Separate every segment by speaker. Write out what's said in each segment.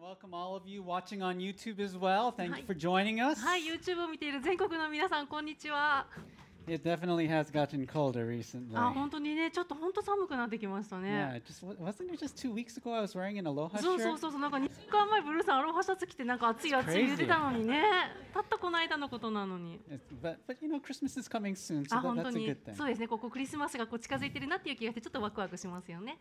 Speaker 1: welcome all of you watching on YouTube as well. Thank you for joining us.
Speaker 2: はい、YouTube を見ている全国の皆さん、こんにちは。
Speaker 1: It definitely has gotten colder recently.
Speaker 2: あ、本当にね、ちょっと本当寒くなってきました
Speaker 1: yeah,
Speaker 2: ね。
Speaker 1: it just wa- wasn't it just two weeks ago I was wearing an aloha
Speaker 2: そうそう
Speaker 1: shirt?
Speaker 2: そうそう、なんか2週間前ブルーさんアロハシャツ着てなんか暑い暑
Speaker 1: crazy.
Speaker 2: い言ってたのにね。たったこの間のことなのに。
Speaker 1: It's, but but you know Christmas is coming soon, so that,
Speaker 2: あ、本当
Speaker 1: that's a
Speaker 2: に
Speaker 1: good thing.
Speaker 2: そうですね。ここクリスマスがこう近づいてるなっていう気がしてちょっとワクワクしますよね。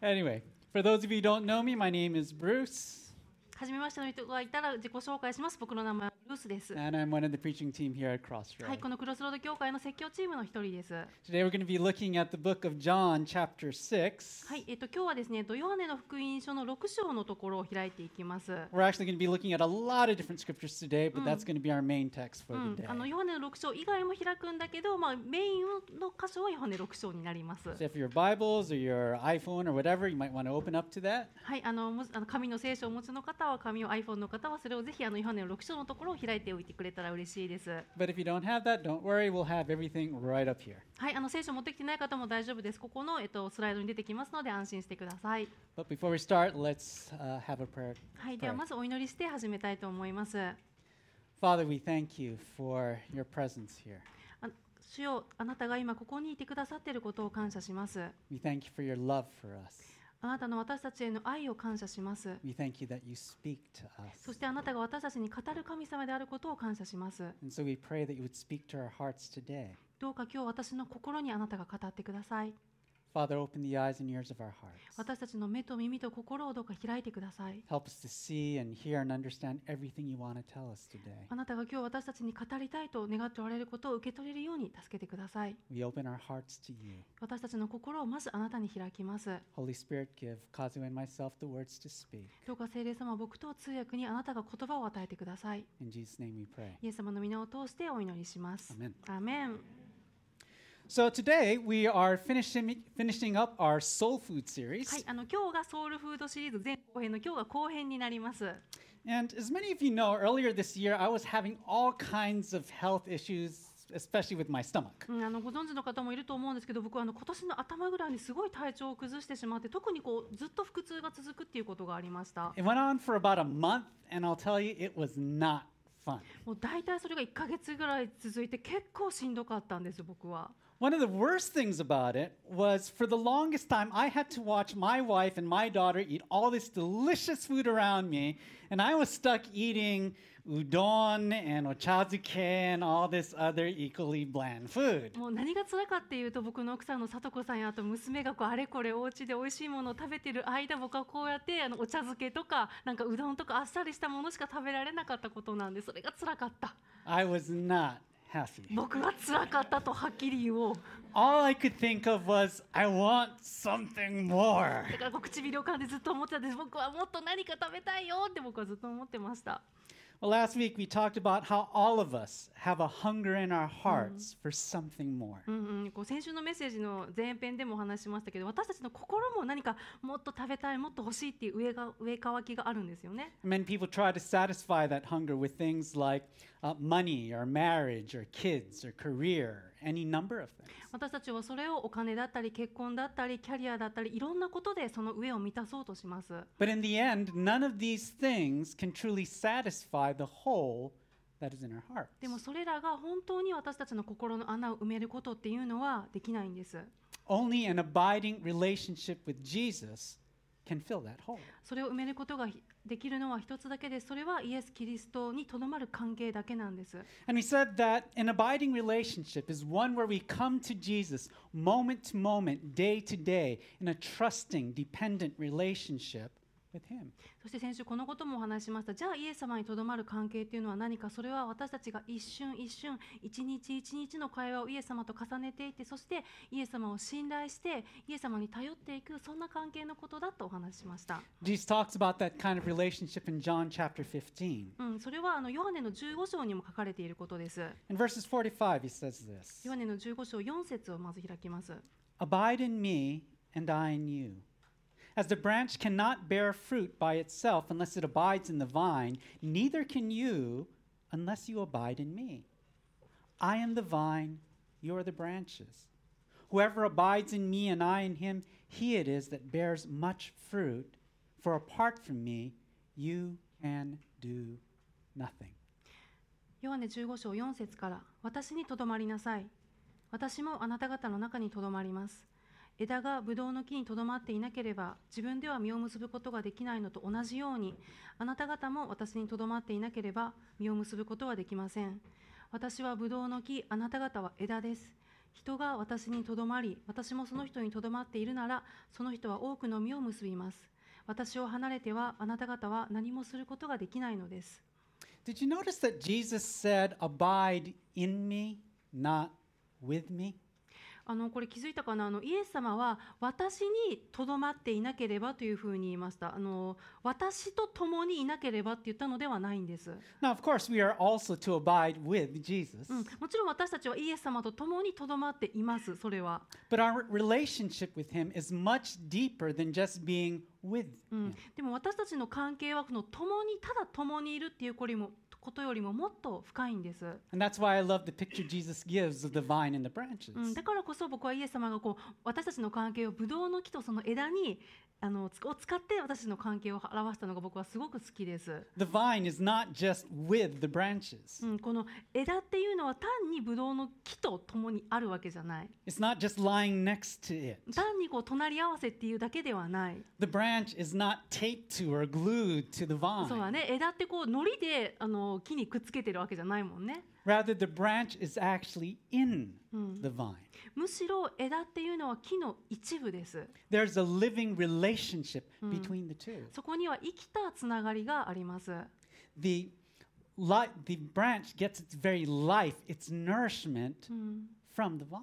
Speaker 1: Anyway, for those of you who don't know me, my name is Bruce,
Speaker 2: 初めましての人がいたら自己紹介します。僕の名前はブルースです。は
Speaker 1: and I'm one of the preaching team here at Crossroad.
Speaker 2: い、このクロスロード協会の説教チームの一人です。は
Speaker 1: Today we're going to be looking at the book of John, chapter six.
Speaker 2: い、えっと今日はですね、ドヨハネの福音書の6章のところを開いていきます。
Speaker 1: We're actually going to be looking at a lot of different scriptures today, but that's going to be our main text for
Speaker 2: う
Speaker 1: the
Speaker 2: ん
Speaker 1: day.、
Speaker 2: あのヨハネの6章以外も開くんだけど、まあ、メインの箇所はヨハネ6章になります。
Speaker 1: So if your Bibles or your iPhone or whatever, you might want to open up to that.
Speaker 2: はい、あのもしあの紙の聖書をお持ちの方は紙を iPhone の方はそれをぜひあのヨハネの6章のところを開いておいてくれたら嬉しいです。
Speaker 1: But if you don't have that, don't worry. We'll have everything right up here.
Speaker 2: はい、あの聖書持ってきてない方も大丈夫です。ここのえっとスライドに出てきますので安心してください。
Speaker 1: But before we start, let's uh, have a prayer.
Speaker 2: はい、で
Speaker 1: prayer.
Speaker 2: はまずお祈りして始めたいと思います。
Speaker 1: Father, we thank you for your presence here.
Speaker 2: あ主よあなたが今ここにいてくださっていることを感謝します。
Speaker 1: We thank you for your love for us.
Speaker 2: あなたの私たちへの愛を感謝します。
Speaker 1: We thank you that you speak to us.
Speaker 2: そしてあなたが私たちに語る神様であることを感謝します。
Speaker 1: And so we pray that you would speak to our hearts today.
Speaker 2: どうか今日私の心にあなたが語ってください。
Speaker 1: Father, open the eyes and ears of our hearts.
Speaker 2: 私たちの目と耳と心をどうか開いてください。
Speaker 1: Help us to see and hear and understand everything you want to tell us today.
Speaker 2: あなたが今日私たちに語りたいと願っておられることを受け取れるように助けてください。
Speaker 1: We open our hearts to you.
Speaker 2: 私たちの心をまずあなたに開きます。
Speaker 1: Holy Spirit, give Kazu and myself the words to speak.
Speaker 2: どうか聖霊様、僕と通訳にあなたが言葉を与えてください。
Speaker 1: In Jesus' name we pray.
Speaker 2: イエス様の皆を通してお祈りします。
Speaker 1: Amen.
Speaker 2: アメン。
Speaker 1: So today we are finishing finishing up our soul food series.
Speaker 2: はい、あの今日がソウルフードシリーズ前後編の今日が後編になります。
Speaker 1: And as many of you know, earlier this year I was having all kinds of health issues, especially with my stomach.
Speaker 2: うん、あのご存知の方もいると思うんですけど僕はあの今年の頭ぐらいにすごい体調を崩してしまって特にこうずっと腹痛が続くっていうことがありました。
Speaker 1: It went on for about a month, and I'll tell you, it was not fun.
Speaker 2: もう大体それが1ヶ月ぐらい続いて結構しんどかったんです僕は
Speaker 1: One of the worst things about it was for the longest time I had to watch my wife and my daughter eat all this delicious food around me, and I was stuck eating udon and ochazuke and all this other equally bland food.
Speaker 2: もう何が辛かっていうと僕の奥さんの聡子さんやあと娘がこうあれこれお家で美味しいものを食べてる間僕はこうやってあのお茶漬けとかなんかうどんとかあっさりしたものしか食べられなかったことなんでそれが辛かった
Speaker 1: I was not happy.
Speaker 2: 僕は辛かったとはっきり言おう
Speaker 1: All I could think of was, I want something more.
Speaker 2: だからこう唇を噛んでずっと思ってたんです僕はもっと何か食べたいよって僕はずっと思ってました
Speaker 1: Well, last week we talked about how all of us have a hunger in our hearts for something more.
Speaker 2: うんうん、こう先週のメッセージの前編でもお話ししましたけど私たちの心も何かもっと食べたいもっと欲しいっていう上が上乾きがあるんですよね。
Speaker 1: Many people try to satisfy that hunger with things like uh, money or marriage or kids or career, any number of things.
Speaker 2: 私たちはそれをお金だったり結婚だったりキャリアだったりいろんなことでその上を満たそうとします
Speaker 1: But in the end, none of these things can truly satisfy the hole that is in our hearts.
Speaker 2: でもそれらが本当に私たちの心の穴を埋めることっていうのはできないんです
Speaker 1: Only an abiding relationship with Jesus can fill that hole.
Speaker 2: それを埋めることがひできるのは一つだけですそれはイエス・キリストにとどまる関係だけなんです
Speaker 1: And we said that an abiding relationship is one where we come to Jesus moment to moment, day to day, in a trusting, dependent relationship with Him.
Speaker 2: そして先週このこともお話ししましたじゃあイエス様にとどまる関係っていうのは何かそれは私たちが一瞬一瞬一日一日の会話をイエス様と重ねていってそしてイエス様を信頼してイエス様に頼っていくそんな関係のことだとお話ししました、
Speaker 1: Jesus talks about that kind of relationship in John chapter 15.
Speaker 2: うん、それはあのヨハネの15章にも書かれていることです
Speaker 1: In verses 45, he says this
Speaker 2: ヨハネの15章4節をまず開きます
Speaker 1: Abide in me, and I in you. As the branch cannot bear fruit by itself unless it abides in the vine, neither can you unless you abide in me. I am the vine, you are the branches. Whoever abides in me and I in him, he it is that bears much fruit, for apart from me, you can do nothing.
Speaker 2: ヨハネ15章4節から私にとどまりなさい私もあなた方の中にとどまります枝がブドウの木にとどまっていなければ自分では実を結ぶことができないのと同じようにあなた方も私にとどまっていなければ実を結ぶことはできません私はブドウの木あなた方は枝です人が私にとどまり私もその人にとどまっているならその人は多くの実を結びます私を離れてはあなた方は何もすることができないのです
Speaker 1: Did you notice that Jesus said, Abide in me, not with me?
Speaker 2: あのこれ気づいたかなあのイエス様は私にとどまっていなければというふうに言いましたあの私と共にいなければって言ったのではないんです、
Speaker 1: Now, of course, we are also to abide with Jesus,
Speaker 2: うん、もちろん私たちはイエス様と共にとどまっていますそれは、
Speaker 1: but our relationship with him is much deeper than just being with
Speaker 2: うん
Speaker 1: him.
Speaker 2: でも私たちの関係はこの共にただ共にいるっていうこれもことよりももっと深いんです、
Speaker 1: And that's why I love the picture Jesus gives of the vine and the branches.
Speaker 2: うん、だからこそ僕はイエス様がこう私たちの関係をブドウの木とその枝にあのつを使って私たちの関係を表したのが僕はすごく好きです。
Speaker 1: The vine is not just with the branches.
Speaker 2: うん、この枝っていうのは単にブドウの木と共にあるわけじゃない
Speaker 1: It's not just lying next to it.
Speaker 2: 単にこう隣り合わせっていうだけではない、
Speaker 1: The branch is not taped to or glued to the
Speaker 2: そうだ
Speaker 1: vine.
Speaker 2: ね枝ってこう糊であの木にくっつけてるわけじゃないもんね
Speaker 1: Rather, the branch is actually in
Speaker 2: Mm.
Speaker 1: the vine.
Speaker 2: むしろ枝っていうのは木の一部です
Speaker 1: There's a living relationship between the two.
Speaker 2: そこには生きたつながりがあります
Speaker 1: The, li- the branch gets its very life, its nourishment from the vine.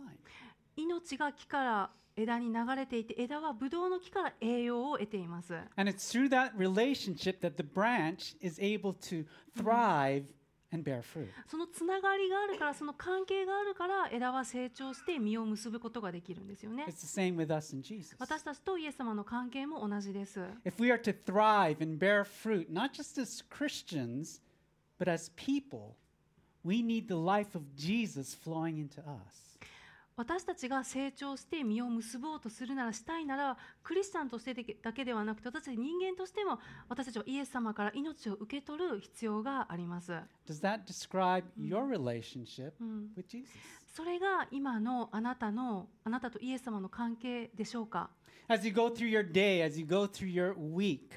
Speaker 2: 命が木から枝に流れていて枝はブドウの木から栄養を得ています
Speaker 1: And it's through that relationship that the branch is able to thrive and bear fruit.
Speaker 2: そのつながりがあるからその関係があるから枝は成長して実を結ぶことができるんですよね
Speaker 1: It's the same with us and Jesus.
Speaker 2: 私たちとイエス様の関係も同じです。
Speaker 1: If we are to thrive and bear fruit, not just as Christians, but as people, we need the life of Jesus flowing into us.
Speaker 2: 私たちが成長して実を結ぼうとするならしたいならクリスチャンとしてだけだけではなくて私たち人間としても私たちはイエス様から命を受け取る必要があります。
Speaker 1: Does that describe your relationship with Jesus?
Speaker 2: それが今のあなたのあなたとイエス様の関係でしょうか
Speaker 1: As you go through your day, as you go through your week,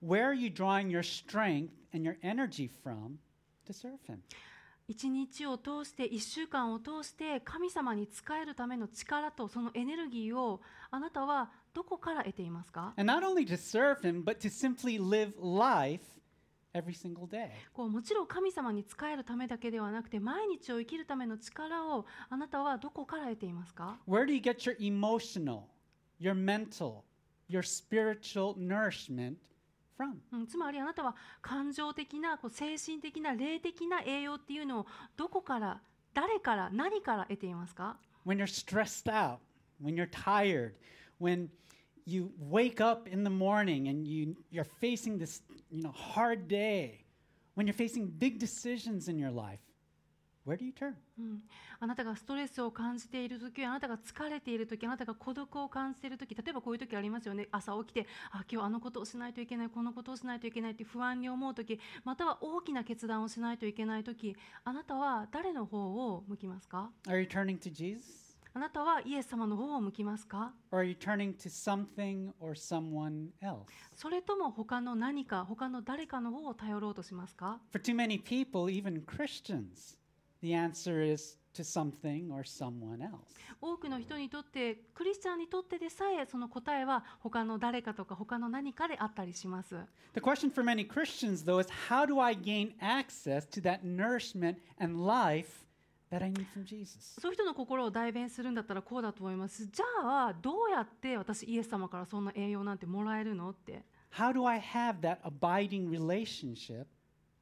Speaker 1: where are you drawing your strength and your energy from to serve Him?
Speaker 2: 一日を通して一週間を通して神様に仕えるための力とそのエネルギーをあなたはどこから得ていますか
Speaker 1: And not only to serve Him, but to simply live life every single day.
Speaker 2: こうもちろん神様に仕えるためだけではなくて毎日を生きるための力をあなたはどこから得ていますか
Speaker 1: Where do you get your emotional, your mental, your spiritual nourishment from?
Speaker 2: うん、つまりあなたは感情的なこう精神的な霊的な栄養っていうのをどこから誰から何から得ていますか
Speaker 1: When you're stressed out, when you're tired, when you wake up in the morning and you, you're facing this you know, hard day, when you're facing big decisions in your life, where do you turn?
Speaker 2: あなたがストレスを感じている時あなたが疲れている時あなたが孤独を感じている時例えばこういう時ありますよね朝起きてあ今日あのことをしないといけないこのことをしないといけないって不安に思う時または大きな決断をしないといけない時あなたは誰の方を向きますか
Speaker 1: Are you turning to Jesus?
Speaker 2: あなたはイエス様の方を向きますか
Speaker 1: Or are you turning to something or someone else?
Speaker 2: それとも他の何か他の誰かの方を頼ろうとしますか
Speaker 1: For too many people, even Christians, the answer is to something or someone else.
Speaker 2: 多くの人にとってクリスチャンにとってでさえその答えは他の誰かとか他の何かであったりします
Speaker 1: The question for many Christians, though, is how do I gain access to that nourishment and life that I need from Jesus?
Speaker 2: そういう人の心を代弁するんだったらこうだと思いますじゃあどうやって私イエス様からそんな栄養なんてもらえるのって
Speaker 1: How do I have that abiding relationship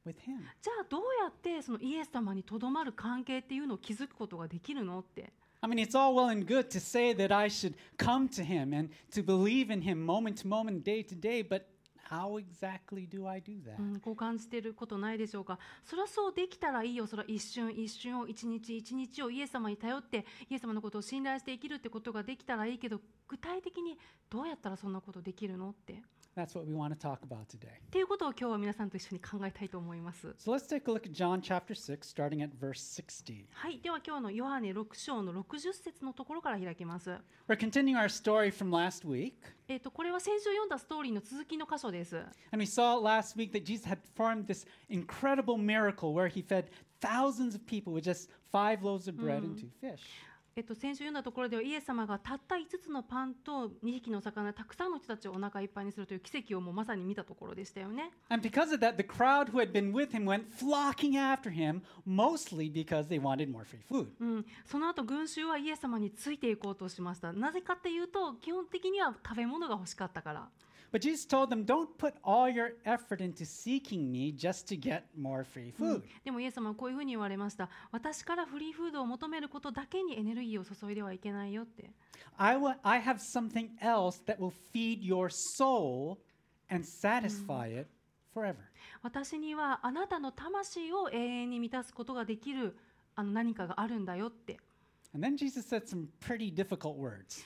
Speaker 1: with Him?
Speaker 2: じゃあどうやってそのイエス様にとどまる関係っていうのを築くことができるのって
Speaker 1: I mean, it's all well and good to say that I should come to Him and to believe in Him moment to moment, day to day, but how exactly do I do that?
Speaker 2: うん、こう感じてることないでしょうかそりゃそうできたらいいよそりゃ一瞬一瞬を一日一日をイエス様に頼ってイエス様のことを信頼して生きるってことができたらいいけど具体的にどうやったらそんなことできるのって、
Speaker 1: That's what we want to talk about today.
Speaker 2: っていうことを今日は皆さんと一緒に考えたいと思います。
Speaker 1: So let's take a look at John chapter 6, starting at verse 60.
Speaker 2: はい、では今日のヨハネ6章の60節のところから開きます。
Speaker 1: We're continuing our story from last week.
Speaker 2: えっ、とこれは先週読んだストーリーの続きの箇所です。
Speaker 1: And we saw last week that Jesus had performed this incredible miracle where he fed thousands of people with just five loaves of bread and two fish.
Speaker 2: えっと、先週読んだところではイエス様がたった5つのパンと2匹の魚たくさんの人たちをお腹いっぱいにするという奇跡をもうまさに見たところでしたよね。
Speaker 1: And because of that, the crowd who had been with him went flocking after him, mostly because they wanted more free food.
Speaker 2: うん、その後群衆はイエス様についていこうとしましたなぜかっていうと基本的には食べ物が欲しかったから
Speaker 1: But Jesus told them, Don't put all your effort into seeking me just to get more free food.
Speaker 2: でもイエス様はこういうふうに言われました私からフリーフードを求めることだけにエネルギーを注いではいけないよって
Speaker 1: I, wa- I have something else that will feed your soul and satisfy it forever.
Speaker 2: 私にはあなたの魂を永遠に満たすことができるあの何かがあるんだよって
Speaker 1: And then Jesus said some pretty difficult words.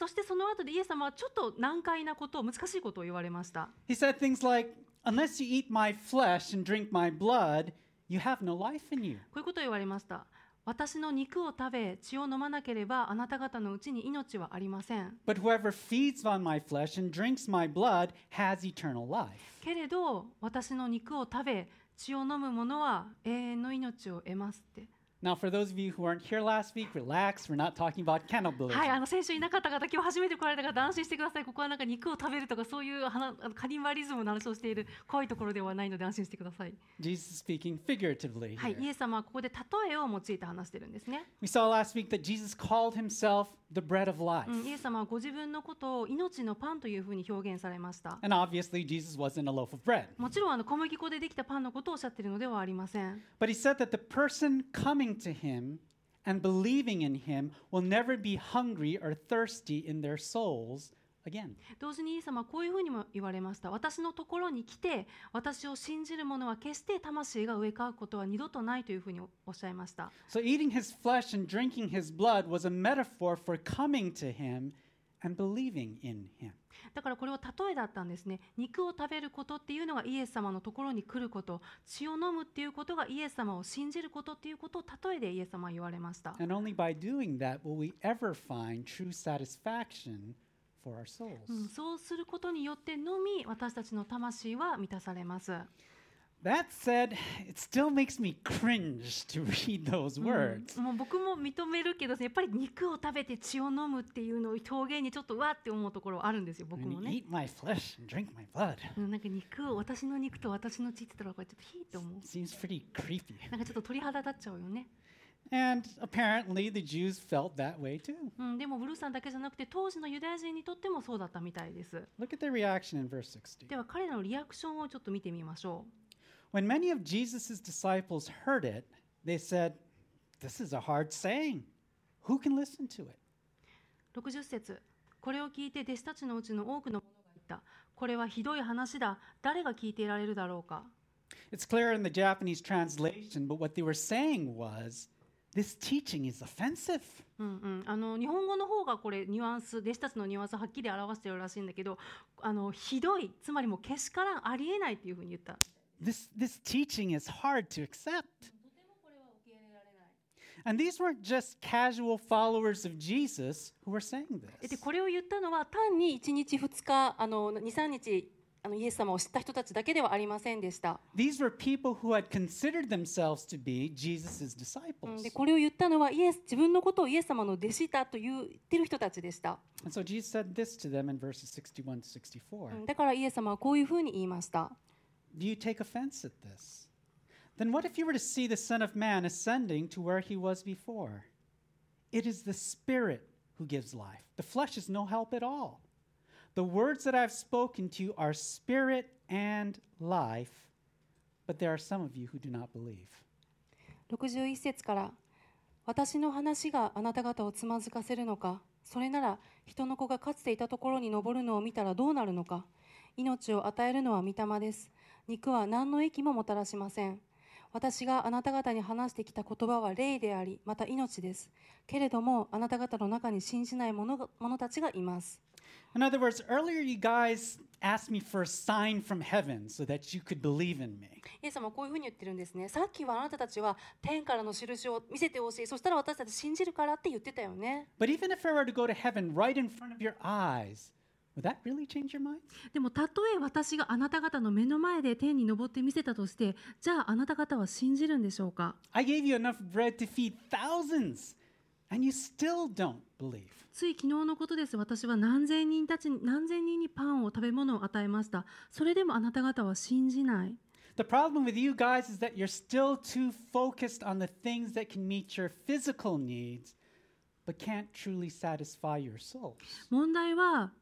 Speaker 2: そしてその後でイエス様はちょっと難解なことを難しいことを言われました
Speaker 1: He said things like, Unless you eat my flesh and drink my blood, you have no life in you.
Speaker 2: こういうことを言われました私の肉を食べ血を飲まなければあなた方のうちに命はありません
Speaker 1: But whoever feeds on my flesh and drinks my blood has eternal life.
Speaker 2: けれど私の肉を食べ血を飲む者は永遠の命を得ますって
Speaker 1: Now, for those of you who weren't here last week, relax. We're not talking about cannibalism.
Speaker 2: はいあの先週いなかった方今日初めて来られた方安心してくださいここはなんか肉を食べるとかそういう話あのカニバリズムの話をしている怖いところではないので安心してください
Speaker 1: Jesus is speaking figuratively.
Speaker 2: はい
Speaker 1: here.
Speaker 2: イエス様はここで例えを用いて話してるんですね、
Speaker 1: We saw last week that Jesus called himself the bread of life.
Speaker 2: うん、イエス様はご自分のことを命のパンというふうに表現されました
Speaker 1: And obviously, Jesus wasn't a loaf of bread.
Speaker 2: もちろんあの小麦粉でできたパンのことをおっしゃってるのではありません
Speaker 1: But he said that the person coming to him and believing in him will never be hungry or thirsty in their souls again.
Speaker 2: 同時にイエス様はこういうふうにも言われました私のところに来て私を信じる者は決して魂が植え替うことは二度とないというふうにおおっしゃいました
Speaker 1: So, eating his flesh and drinking his blood was a metaphor for coming to him and believing in him.
Speaker 2: だからこれは例えだったんですね肉を食べることっていうのがイエス様のところに来ること血を飲むっていうことがイエス様を信じることっていうことを例えでイエス様は言われました
Speaker 1: And only by doing that will we ever find true satisfaction for our souls.
Speaker 2: うん、そうすることによってのみ私たちの魂は満たされます、
Speaker 1: That said, it still makes me cringe to read those
Speaker 2: うん
Speaker 1: words.
Speaker 2: もう僕も認めるけどやっぱり肉を食べて血を飲むっていうのを表現にちょっとうわって思うところはあるんですよ
Speaker 1: I'm
Speaker 2: 僕
Speaker 1: gonna
Speaker 2: もね
Speaker 1: eat my flesh and drink my blood.
Speaker 2: うんなんか肉を私の肉と私の血って言ったらこれちょっとヒーって思う
Speaker 1: Seems pretty creepy.
Speaker 2: なんかちょっと鳥肌立っちゃうよね、
Speaker 1: And apparently the Jews felt that way too.
Speaker 2: うん、でもブルーさんだけじゃなくて当時のユダヤ人にとってもそうだったみたいです
Speaker 1: Look at their reaction in verse 60.
Speaker 2: では彼らのリアクションをちょっと見てみましょ
Speaker 1: When many of Jesus' disciples heard it, they said, This is a hard saying. Who can listen to it?
Speaker 2: う60節これを聞いて弟子たちのうちの多くの者が言ったこれはひどい話だ誰が聞いていられるだろうか
Speaker 1: It's clear in the Japanese translation, but what they were saying was, This teaching is offensive.
Speaker 2: うんうん、あの日本語の方がこれニュアンス弟子たちのニュアンスはっきり表してるらしいんだけどあのひどいつまりもうけしからんありえないっていうふうに言った
Speaker 1: This, this teaching is hard to accept. And these weren't just casual followers of Jesus who were saying
Speaker 2: え
Speaker 1: this.
Speaker 2: でこれを言ったのは単に1日2日あの23日あのイエス様を知った人たちだけではありませんでした、
Speaker 1: These were people who had considered themselves to be Jesus'
Speaker 2: うん
Speaker 1: disciples.
Speaker 2: でこれを言ったのはイエス自分のことをイエス様の弟子だと言ってる人たちでした、
Speaker 1: And so Jesus said this to them in verses 61 to 64.
Speaker 2: うんだからイエス様はこういうふうに言いました、
Speaker 1: Do you take offense at this? Then what if you were to see the Son of Man ascending to where he was before? It is the Spirit who gives life. The flesh is no help at all. The words that I've spoken to you are spirit and life, but there are some of you who do not believe.
Speaker 2: 61節から「私の話があなた方をつまずかせるのかそれなら人の子がかつていたところに登るのを見たらどうなるのか命を与えるのは御霊です肉は何の益ももたらしません私があなた方に話してきた言葉は霊であり、また命です。けれども、あなた方の中に信じない者が者たちがいます。
Speaker 1: In other words, earlier you guys asked me for a sign from heaven so that you could believe in me.
Speaker 2: イエス様はこういうふうに言ってるんですね。さっきはあなたたちは天からの印を見せてほしい。そしたら私たち信じるからって言ってたよね。
Speaker 1: But even if I were to go to heaven right in front of your eyes, would that really change your mind?
Speaker 2: でもたとえ私があなた方の目の前で天に登って見せたとして、じゃああなた方は信じるんでしょうか
Speaker 1: I gave you enough bread to feed thousands, and you still don't believe.
Speaker 2: つい昨日のことです。私は何千人たちに、何千人にパンを食べ物を与えました。それでもあなた方は信じない。
Speaker 1: The problem with you guys is that you're still too focused on the things that can meet your physical needs, but can't truly satisfy your souls.
Speaker 2: 問題は、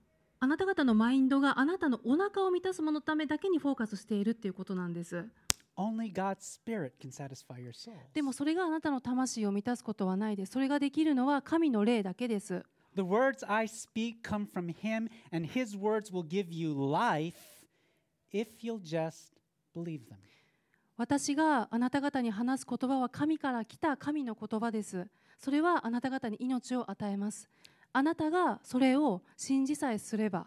Speaker 2: あなた方のマインドがあなたのお腹を満たすもののためだけにフォーカスしているっていうことなんです。
Speaker 1: Only God's Spirit can satisfy your soul.
Speaker 2: でもそれがあなたの魂を満たすことはないです。それができるのは神の霊だけです。
Speaker 1: The words I speak come from Him, and His words will give you life if you'll just believe them.
Speaker 2: 私があなた方に話す言葉は神から来た神の言葉です。それはあなた方に命を与えます。あなたがそれを信じさえすれば。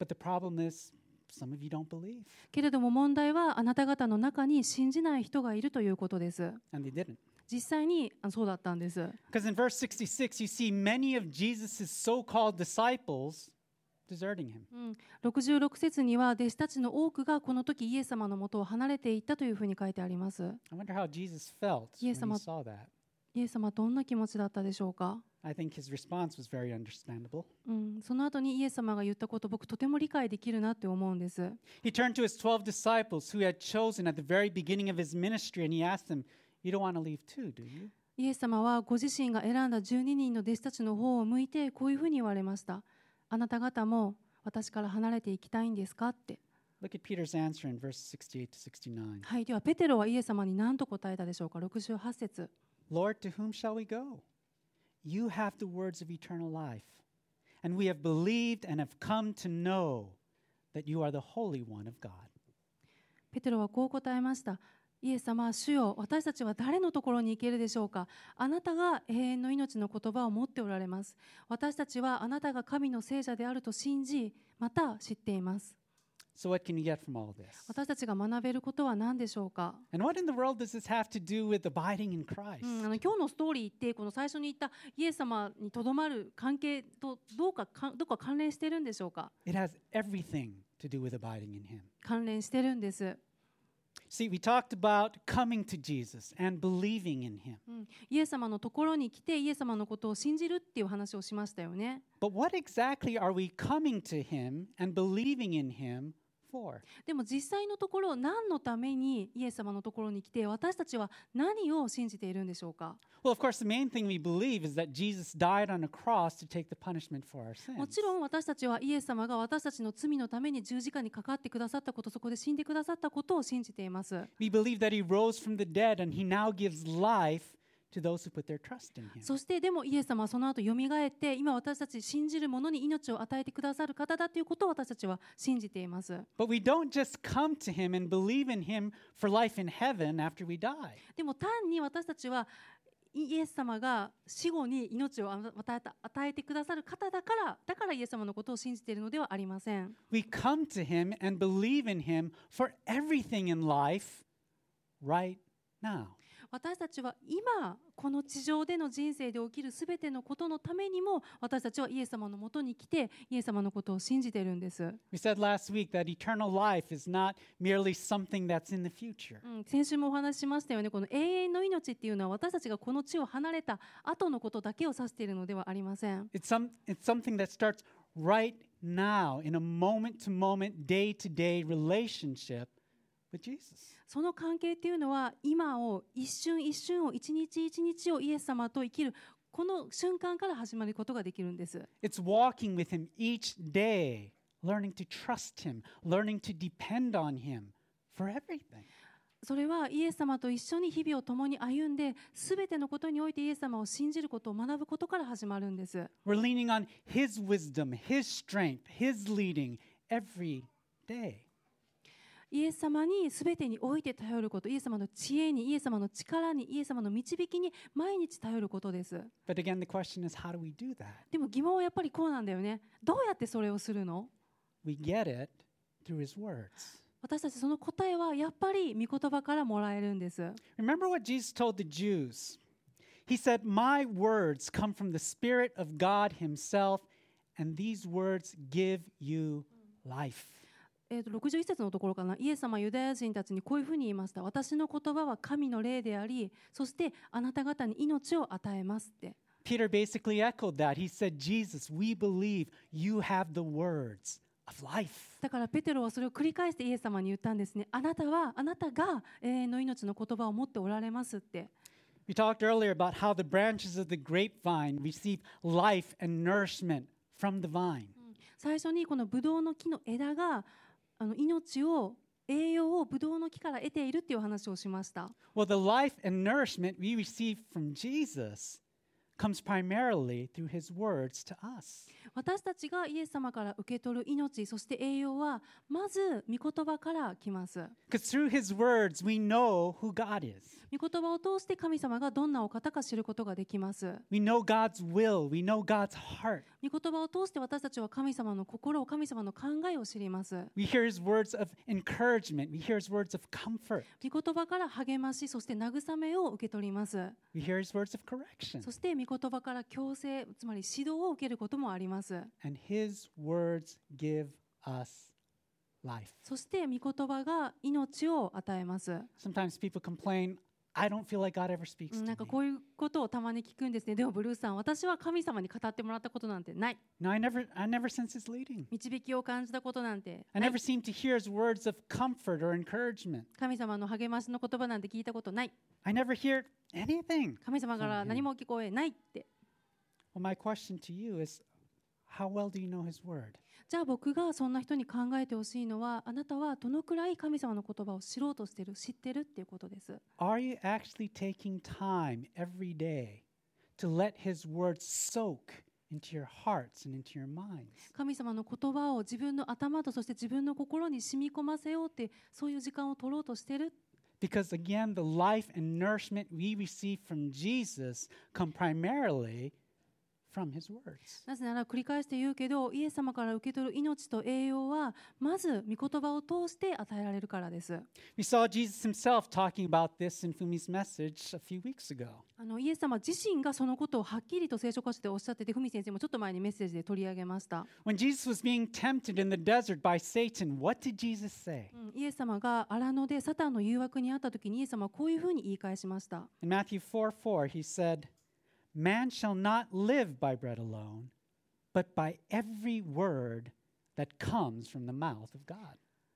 Speaker 1: But the problem is, some of you don't believe,
Speaker 2: けれども問題はあなた方の中に信じない人がいるということです。
Speaker 1: and they didn't.
Speaker 2: 実際にあそうだったんです。
Speaker 1: Because in verse 66, you see many of Jesus' so called disciples deserting him.
Speaker 2: うん、66節には弟子たちの多くがこの時イエス様のもとを離れていったというふうに書いてあります。
Speaker 1: I wonder how Jesus felt
Speaker 2: Yes,
Speaker 1: when he
Speaker 2: I'm a-
Speaker 1: saw that.
Speaker 2: イエス様どんな気持ちだったでしょうか、
Speaker 1: I think his response was very understandable.
Speaker 2: うん、その後にイエス様が言ったこと僕とても理解できるなって思うんです。
Speaker 1: He turned to his 12 disciples who he had chosen at the very beginning of his ministry and he asked them, You don't want to leave too, do you?
Speaker 2: イエス様はご自身が選んだ12人の弟子たちの方を向いてこういうふうに言われました。あなた方も私から離れていきたいんですかって。
Speaker 1: Look at Peter's answer in verse 68 to 69.
Speaker 2: はい、ではペテロはイエス様に何と答えたでしょうか68節
Speaker 1: Lord, to whom shall we go? You have the words of eternal life, and we have believed and have come to know that you are the Holy One of God.
Speaker 2: ペテロはこう答えましたイエス様主よ私たちは誰のところに行けるでしょうかあなたが永遠の命の言葉を持っておられます私たちはあなたが神の聖者であると信じまた知っています
Speaker 1: So, what can you get from all this?
Speaker 2: 私たちが学べることは何でしょうか、
Speaker 1: And what in the world does this have to do with abiding in
Speaker 2: う
Speaker 1: Christ?
Speaker 2: ん、あの今日のストーリーってこの最初に言ったイエス様にとどまる関係とどうかかどこか関連してるんでしょうか
Speaker 1: It has everything to do with abiding in Him.
Speaker 2: 関連してるんです、
Speaker 1: See, we talked about coming to Jesus and believing in Him.
Speaker 2: うん、イエス様のところに来てイエス様のことを信じるっていう話をしましたよね
Speaker 1: But what exactly are we coming to Him and believing in Him for?
Speaker 2: でも実際のところ何のためにイエス様のところに来て私たちは何を信じているんでしょうか
Speaker 1: Well, of course, the main thing we believe is that Jesus died on a cross to take the punishment for our
Speaker 2: も
Speaker 1: sins.
Speaker 2: ちろん私たちはイエス様が私たちの罪のために十字架にかかってくださったことそこで死んでくださったことを信じています
Speaker 1: We believe that He rose from the dead and He now gives life to those who put their trust in Him.
Speaker 2: そしてでもイエス様はその後よみがえって今私たち信じる者に命を与えてくださる方だということを私たちは信じています
Speaker 1: But we don't just come to Him and believe in Him for life in heaven after we die.
Speaker 2: でも単に私たちはイエス様が死後に命を与えた与えてくださる方だからだからイエス様のことを信じているのではありません
Speaker 1: We come to Him and believe in Him for everything in life right now.
Speaker 2: 私たちは今この地上での人生で起きるすべてのことのためにも私たちはイエス様のもとに来てイエス様のことを信じているんです、
Speaker 1: We said last week that eternal life is not merely something that's in the future.
Speaker 2: うん、先週もお話ししましたよねこの永遠の命っていうのは私たちがこの地を離れた後のことだけを指しているのではありません
Speaker 1: It's, some, it's something that starts right now in a moment to moment, day to day relationship with Jesus.
Speaker 2: その関係っていうのは今を一瞬一瞬を一日一日をイエス様と生きるこの瞬間から始まることができるんです
Speaker 1: It's walking with Him each day, learning to trust Him, learning to depend on Him for everything.
Speaker 2: それはイエス様と一緒に日々を共に歩んで全てのことにおいてイエス様を信じることを学ぶことから始まるんです
Speaker 1: We're leaning on His wisdom, His strength, His leading every day.
Speaker 2: イエス様に全てにおいて頼ることイエス様の知恵にイエス様の力にイエス様の導きに毎日頼ることです
Speaker 1: But again, the question is how do we do that?
Speaker 2: でも疑問はやっぱりこうなんだよねどうやってそれをするの
Speaker 1: We get it through his words.
Speaker 2: 私たちその答えはやっぱり御言葉からもらえるんです
Speaker 1: Remember what Jesus told the Jews? He said, My words come from the Spirit of God Himself, and these words give you life.
Speaker 2: えー、と61節のところかなイエス様はユダヤ人たちにこういうふうに言いました私の言葉は神の霊でありそしてあなた方に命を与えますって
Speaker 1: Peter basically echoed that. He said, Jesus, we believe you have the words of life.
Speaker 2: だからペテロはそれを繰り返してイエス様に言ったんですねあなたはあなたが永遠の命の言葉を持っておられますって
Speaker 1: We talked earlier about how the branches of the grapevine receive life and nourishment from the vine.
Speaker 2: 最初にこのブドウの木の枝があの命を栄養をブドウの木から得ているっていう話をしました
Speaker 1: Well, the life and nourishment we receive from Jesus comes primarily through his words to us.
Speaker 2: 私たちがイエス様から受け取る命そして栄養はまず御言葉から来ます
Speaker 1: Because through his words, we know who God is.
Speaker 2: 御言葉を通して神様がどんなお方か知ることができます。
Speaker 1: We know God's will. We know God's heart.
Speaker 2: 御言葉を通して私たちは神様の心を神様の考えを知ります。
Speaker 1: We hear his words of encouragement. We hear his words of comfort.
Speaker 2: 御言葉から励まし、そして慰めを受け取ります。
Speaker 1: We hear his words of correction.
Speaker 2: そして御言葉から強制、つまり指導を受けることもあります。
Speaker 1: And his words give us life.
Speaker 2: そして御言葉が命を与えます。
Speaker 1: Sometimes people complain, I don't feel Mm, like God ever speaks
Speaker 2: う
Speaker 1: to
Speaker 2: ん
Speaker 1: me.
Speaker 2: なんかこういうことをたまに聞くんですね。でもブルースさん、私は神様に語ってもらったことなんてない。
Speaker 1: No, I never, I never sense his leading.
Speaker 2: 導きを感じたことなんて
Speaker 1: I
Speaker 2: ない
Speaker 1: never seem to hear his words of comfort or encouragement.
Speaker 2: 神様の励ましの言葉なんて聞いたことない。
Speaker 1: I never hear anything.
Speaker 2: 神様から何も聞こえないって。
Speaker 1: Well, my question to you is, how well do you know his word?
Speaker 2: じゃあ僕がそんな人に考えてほしいのはあなたはどのくらい神様の言葉を知ろうとしてる知ってるっていうことです
Speaker 1: Are you actually taking time every day to let His Word soak into your hearts and into your minds?
Speaker 2: 神様の言葉を自分の頭とそして自分の心に染み込ませようってそういう時間を取ろうとしてる
Speaker 1: Because again, the life and nourishment we receive from Jesus come primarily from His words.
Speaker 2: なぜなら繰り返して言うけどイエス様から受け取る命と栄養はまず御言葉を通して与えられるからです
Speaker 1: We saw Jesus Himself talking about this in Fumi's message a few weeks ago.
Speaker 2: あのイエス様自身がそのことをはっきりと聖書箇所でおっしゃってて文先生もちょっと前にメッセージで取り上げました、
Speaker 1: When Jesus was being tempted in the desert by Satan, what did Jesus say?
Speaker 2: うんイエス様が荒野でサタンの誘惑にあった時にイエス様はこういうふうに言い返しました
Speaker 1: In Matthew 4 4, he said, Man shall not live by bread alone, but by every word that comes from the mouth of God.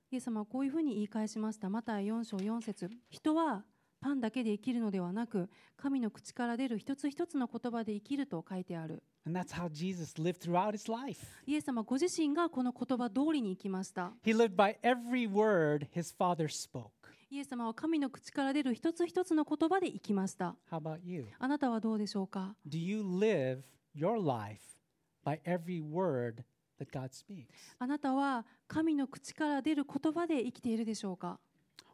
Speaker 2: イエス様はこういうふうに言い返しました。マタイ4章4節人はパンだけで生きるのではなく、神の口から出る一つ一つの言葉で生きると書いてある。
Speaker 1: And that's how Jesus lived throughout his life.
Speaker 2: イエス様ご自身がこの言葉通りに生きました。
Speaker 1: He lived by every word his Father spoke.
Speaker 2: イエス様は神の口から出る一つ一つの言葉で生きました。
Speaker 1: How about you?
Speaker 2: あなたはどうでしょうか
Speaker 1: Do you live your life by every word that God speaks?
Speaker 2: あなたは神の口から出る言葉で生きているでしょうか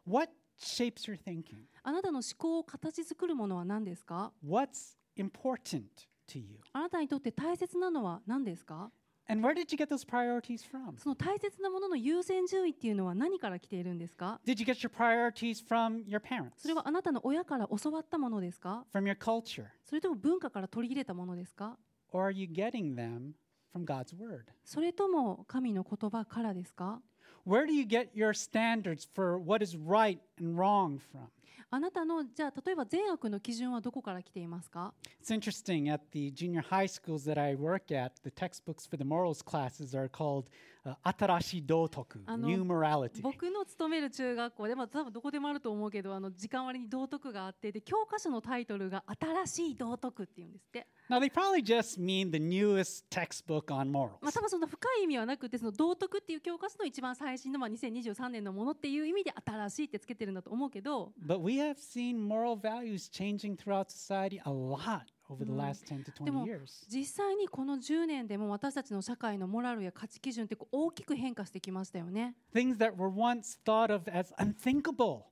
Speaker 1: What shapes your thinking?
Speaker 2: あなたの思考を形作るものは何ですか
Speaker 1: What's important to you?
Speaker 2: あなたにとって大切なのは何ですか
Speaker 1: And where did you get those priorities from?
Speaker 2: その大切なものの優先順位っていうのは何から来ているんですか
Speaker 1: Did you get your priorities from your parents?
Speaker 2: それはあなたの親から教わったものですか
Speaker 1: From your culture?
Speaker 2: それとも文化から取り入れたものですか
Speaker 1: Or are you getting them from God's Word?
Speaker 2: それとも神の言葉からですか
Speaker 1: Where do you get your standards for what is right and wrong from?
Speaker 2: あなたのじゃあ例えば善悪の基準はどこから来ていますか
Speaker 1: It's interesting at the junior high schools that I work at, the textbooks for the morals classes are called uh, Atarashi Dotoku,
Speaker 2: あの、
Speaker 1: New Morality.
Speaker 2: 僕の勤める中学校でまあ多分どこでもあると思うけどあの時間割に道徳があってで教科書のタイトルが「新しい道徳」っていうんですって、
Speaker 1: Now, they probably just mean the newest textbook on
Speaker 2: まあ、
Speaker 1: morals.
Speaker 2: 多分そんな深い意味はなくてその道徳っていう教科書の一番最新のまあ2023年のものっていう意味で「新しい」ってつけてるんだと思うけど
Speaker 1: But we have seen moral values changing throughout society a lot over the
Speaker 2: Mm.
Speaker 1: last 10 to 20
Speaker 2: Demo-
Speaker 1: years.
Speaker 2: 実際にこの10年でも私たちの社会のモラルや価値基準ってこう大きく変化してきましたよね。
Speaker 1: Things that were once thought of as unthinkable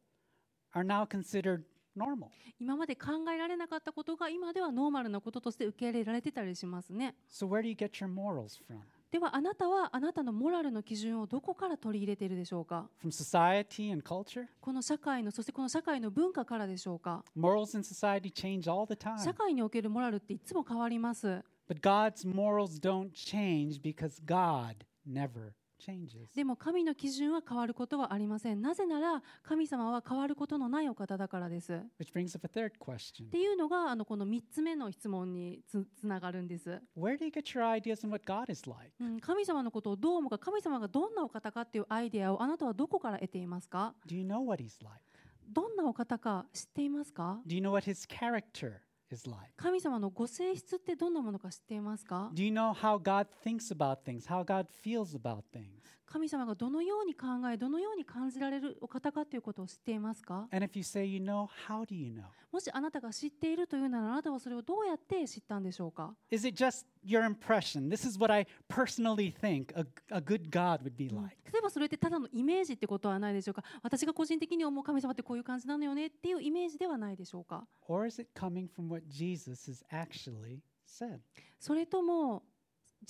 Speaker 1: are now considered normal.
Speaker 2: 今まで考えられなかったことが今ではノーマルなこととして受け入れられてたりしますね。
Speaker 1: So, where do you get your morals from?
Speaker 2: ではあなたはあなたのモラルの基準をどこから取り入れているでしょうか
Speaker 1: From society and culture?
Speaker 2: この社会のそしてこの社会の文化からでしょうか
Speaker 1: Morals in society change all the
Speaker 2: 社
Speaker 1: time.
Speaker 2: 会におけるモラルっていつも変わります。
Speaker 1: But God's morals don't change because God never changes.
Speaker 2: でも神の基準は変わることはありません。なぜなら神様は変わることのないお方だからです。っ
Speaker 1: Which brings up a third question
Speaker 2: ていうのがあのこの3つ目の質問につつながるんです、
Speaker 1: Where do you get your ideas on what God is like?
Speaker 2: うん。神様のことをどう思うか、神様がどんなお方かっていうアイデアをあなたはどこから得ていますか
Speaker 1: Do you know what He's like?
Speaker 2: どんなお方か知っていますか
Speaker 1: Do you know what His character is like?
Speaker 2: 神様のご性質ってどんなものか知っていますか
Speaker 1: Do you know how God thinks about things, how God feels about things?
Speaker 2: 神様がどのように考え、どのように感じられるお方かということを知っていますか
Speaker 1: And if you say you know, how do you know?
Speaker 2: もしあなたが知っているというならあなたはそれをどうやって知ったんでしょうか
Speaker 1: Is it just your impression? This is what I personally think a, a good God would be
Speaker 2: うん
Speaker 1: like.
Speaker 2: 例えばそれってただのイメージってことはないでしょうか私が個人的に思う神様ってこういう感じなのよねっていうイメージではないでしょうか
Speaker 1: Or is it coming from what Jesus has actually said?
Speaker 2: それとも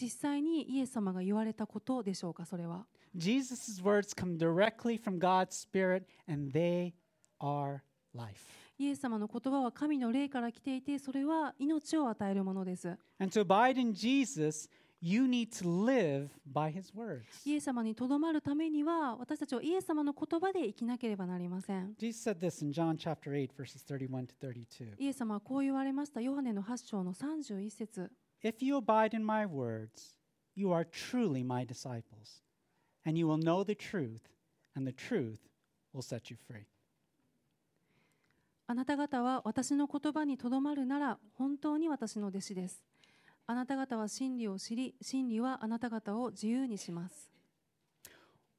Speaker 2: 実際にイエス様が言われたことでしょうかそれは
Speaker 1: Jesus' words come directly from God's Spirit, and they are life.
Speaker 2: イエス様の言葉は神の霊から来ていてそれは命を与えるものです
Speaker 1: And to abide in Jesus, you need to live by his words.
Speaker 2: イエス様にとどまるためには私たちはイエス様の言葉で生きなければなりません
Speaker 1: Jesus said this in John chapter 8, verses 31 to 32.
Speaker 2: イエス様はこう言われましたヨハネの8章の31節
Speaker 1: If you abide in my words, you are truly my disciples, and you will know the truth, and the truth will set you free.
Speaker 2: あなた方は私の言葉にとどまるなら本当に私の弟子です。あなた方は真理を知り、真理はあなた方を自由にします。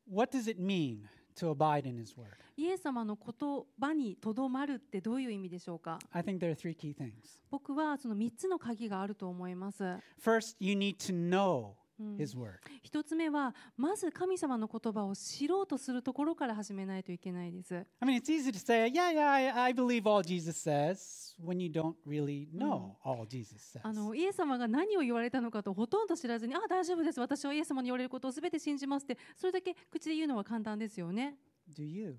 Speaker 1: What does it mean to abide in his word?
Speaker 2: イエス様の言葉にとどまるってどういう意味でしょうか
Speaker 1: I think there are three key things.
Speaker 2: 僕はその3つの鍵があると思います。
Speaker 1: First, you need to know
Speaker 2: Mm.
Speaker 1: his word.
Speaker 2: 1つ目は、まず神様の言葉を知ろうとするところから始めないといけないです。
Speaker 1: I mean, it's easy to say, yeah, yeah, I, I believe all Jesus says when you don't really know all Jesus says.
Speaker 2: あのイエス様が何を言われたのかとほとんど知らずに、あ大丈夫です、私はイエス様に言われることを全て信じますって、それだけ口で言うのは簡単ですよね。
Speaker 1: Do you?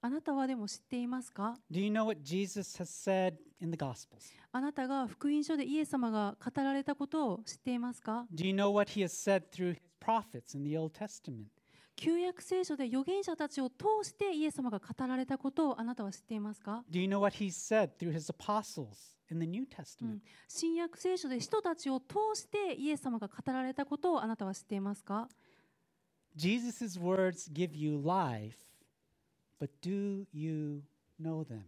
Speaker 2: あなたはでも知っていますか
Speaker 1: Do you know what Jesus has said in the Gospels?
Speaker 2: あなたが福音書でイエス様が語られたことを知っていますか
Speaker 1: Do you know what he has said through his prophets in the Old Testament?
Speaker 2: 旧約聖書で預言者たちを通してイエス様が語られたことをあなたは知っていますか
Speaker 1: Do you know what he said through his apostles in the New
Speaker 2: う
Speaker 1: Testament?
Speaker 2: ん新約聖書で人たちを通してイエス様が語られたことをあなたは知っていますか
Speaker 1: Jesus' words give you life, but do you know them?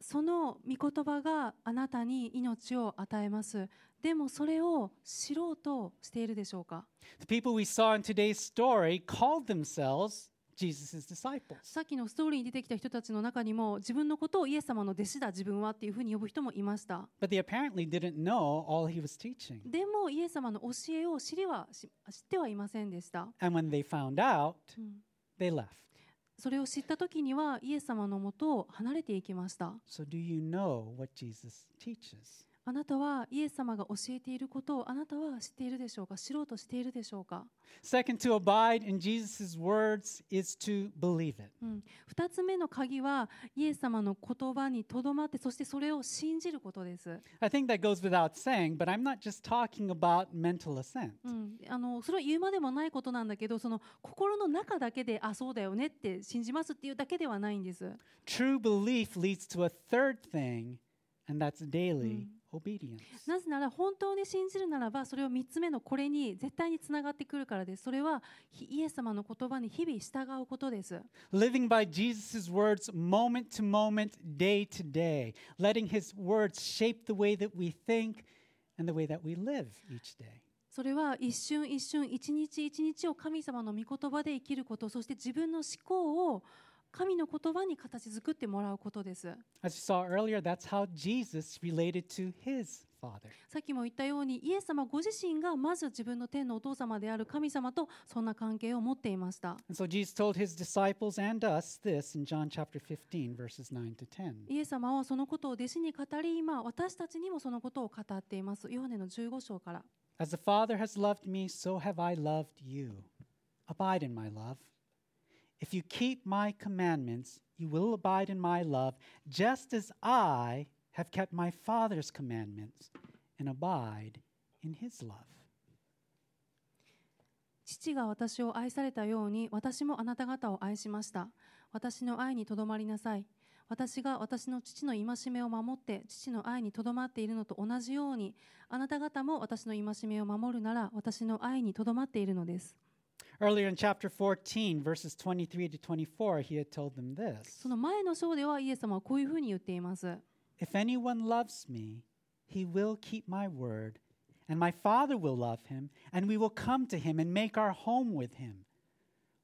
Speaker 2: その御言葉があなたに命を与えます。でもそれを知ろうとしているでしょうか
Speaker 1: The people we saw in today's story called themselves Jesus' disciples.
Speaker 2: さっきのストーリーに出てきた人たちの中にも自分のことをイエス様の弟子だ自分はっていうふうに呼ぶ人もいました。
Speaker 1: But they apparently didn't know all he was teaching.
Speaker 2: でもイエス様の教えを知りはし知ってはいませんでした、
Speaker 1: And when they found out,
Speaker 2: うん
Speaker 1: they left.
Speaker 2: それを知った時にはイエス様のもとを離れていきました
Speaker 1: So, do you know what Jesus teaches?
Speaker 2: あなたはイエス様が教えていることをあなたは知っているでしょうか知ろうとしているでしょうか、
Speaker 1: Second, to abide in Jesus' words is to believe it.
Speaker 2: うん、2つ目の鍵はイエス様の言葉にとどまってそしてそれを信じることです、
Speaker 1: I think that goes without saying, but I'm not just talking about mental assent.
Speaker 2: うん、あのそれは言うまでもないことなんだけどその心の中だけであそうだよねって信じますっていうだけではないんです
Speaker 1: True belief leads to a third thing, and that's daily obedience.
Speaker 2: なぜなら本当に信じるならばそれを3つ目のこれに絶対につながってくるからですそれはひイエス様の言葉に日々従うことです
Speaker 1: Living by Jesus' words moment to moment, day to day, letting his words shape the way that we think and the way that we live each day.
Speaker 2: それは一瞬一瞬一日一日を神様の御言葉で生きることそして自分の思考を神の言葉に形作ってもらうことです
Speaker 1: As you saw earlier, that's how Jesus related to his Father.
Speaker 2: さっきも言ったようにイエス様ご自身がまず自分の天のお父様である神様とそんな関係を持っていました
Speaker 1: And so Jesus told his disciples and us this in John chapter 15, verses 9 to 10.
Speaker 2: イエス様はそのことを弟子に語り今私たちにもそのことを語っていますヨハネの15章から
Speaker 1: As the Father has loved me, so have I loved you. Abide in my love. If you keep my commandments, you will abide in my love, just as I have kept my Father's commandments and abide in his love.
Speaker 2: 父が私を愛されたように私もあなた方を愛しました私の愛にとどまりなさい私が私の父の戒めを守って父の愛にとどまっているのと同じようにあなた方も私の戒めを守るなら私の愛にとどまっているのです
Speaker 1: Earlier in chapter 14, verses 23 to 24, he had told them this
Speaker 2: その前の章ではイエス様はこういうふうに言っています。
Speaker 1: If anyone loves me, he will keep my word, and my Father will love him, and we will come to him and make our home with him.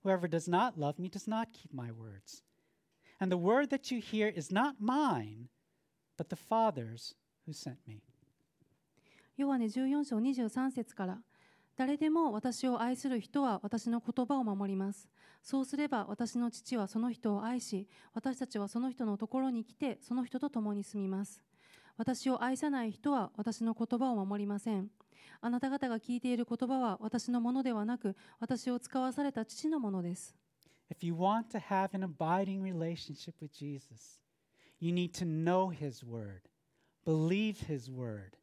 Speaker 1: Whoever does not love me does not keep my words. And the word that you hear is not mine, but the Father's who sent me.
Speaker 2: ヨハネ14章23節から誰でも私を愛する人は私の言葉を守ります。そうすれば私の父はその人を愛し、私たちはその人のところに来てその人と共に住みます。私を愛さない人は私の言葉を守りません。あなた方が聞いている言葉は私のものではなく、私を使わされた父のものです。
Speaker 1: If you want to have an abiding relationship with Jesus, you need to know his word, believe his word,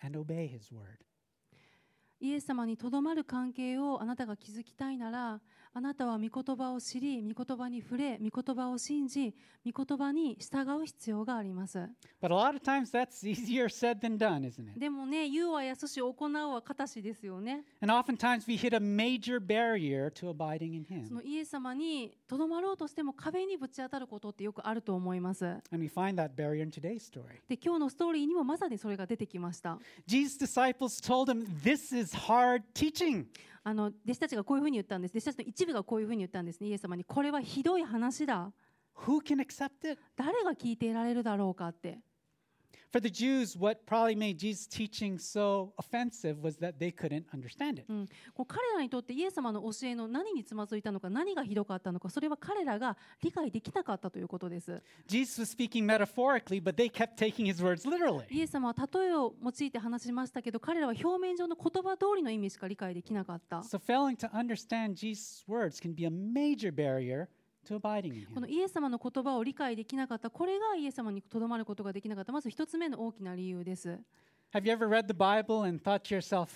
Speaker 1: and obey his word.
Speaker 2: イエス様にとどまる関係をあなたが築きたいならあなたは御言葉を知り御言葉に触れ御言葉を信じ御言葉に従う必要があります
Speaker 1: But a lot of times that's easier said than done, isn't it?
Speaker 2: でもね言うはやすし行うは形ですよね
Speaker 1: And oftentimes we hit a major barrier to abiding in
Speaker 2: その
Speaker 1: Him.
Speaker 2: イエス様にとどまろうとしても壁にぶち当たることってよくあると思います
Speaker 1: And we find that barrier in today's story.
Speaker 2: で今日のストーリーにもまさにそれが出てきました
Speaker 1: Jesus' disciples told him, This is hard teaching.
Speaker 2: あの弟子たちがこういうふうに言ったんです弟子たちの一部がこういうふうに言ったんですねイエス様にこれはひどい話だ
Speaker 1: Who can accept it?
Speaker 2: 誰が聞いていられるだろうかって
Speaker 1: For the Jews, what probably made Jesus' teaching so offensive was that they couldn't understand it.
Speaker 2: うん、こう彼らにとってイエス様の教えの何につまずいたのか何がひどかったのかそれは彼らが理解できなかったということです
Speaker 1: Jesus was speaking metaphorically, but they kept taking his words
Speaker 2: イ
Speaker 1: literally.
Speaker 2: エス様は例えを用いて話しましたけど彼らは表面上の言葉通りの意味しか理解できなかった
Speaker 1: So failing to understand Jesus' words can be a major barrier to abiding in
Speaker 2: この
Speaker 1: Him.
Speaker 2: イエス様の言葉を理解できなかったこれがイエス様にとどまることができなかったまず一つ目の大きな理由です、
Speaker 1: Have you ever read the Bible and thought to yourself,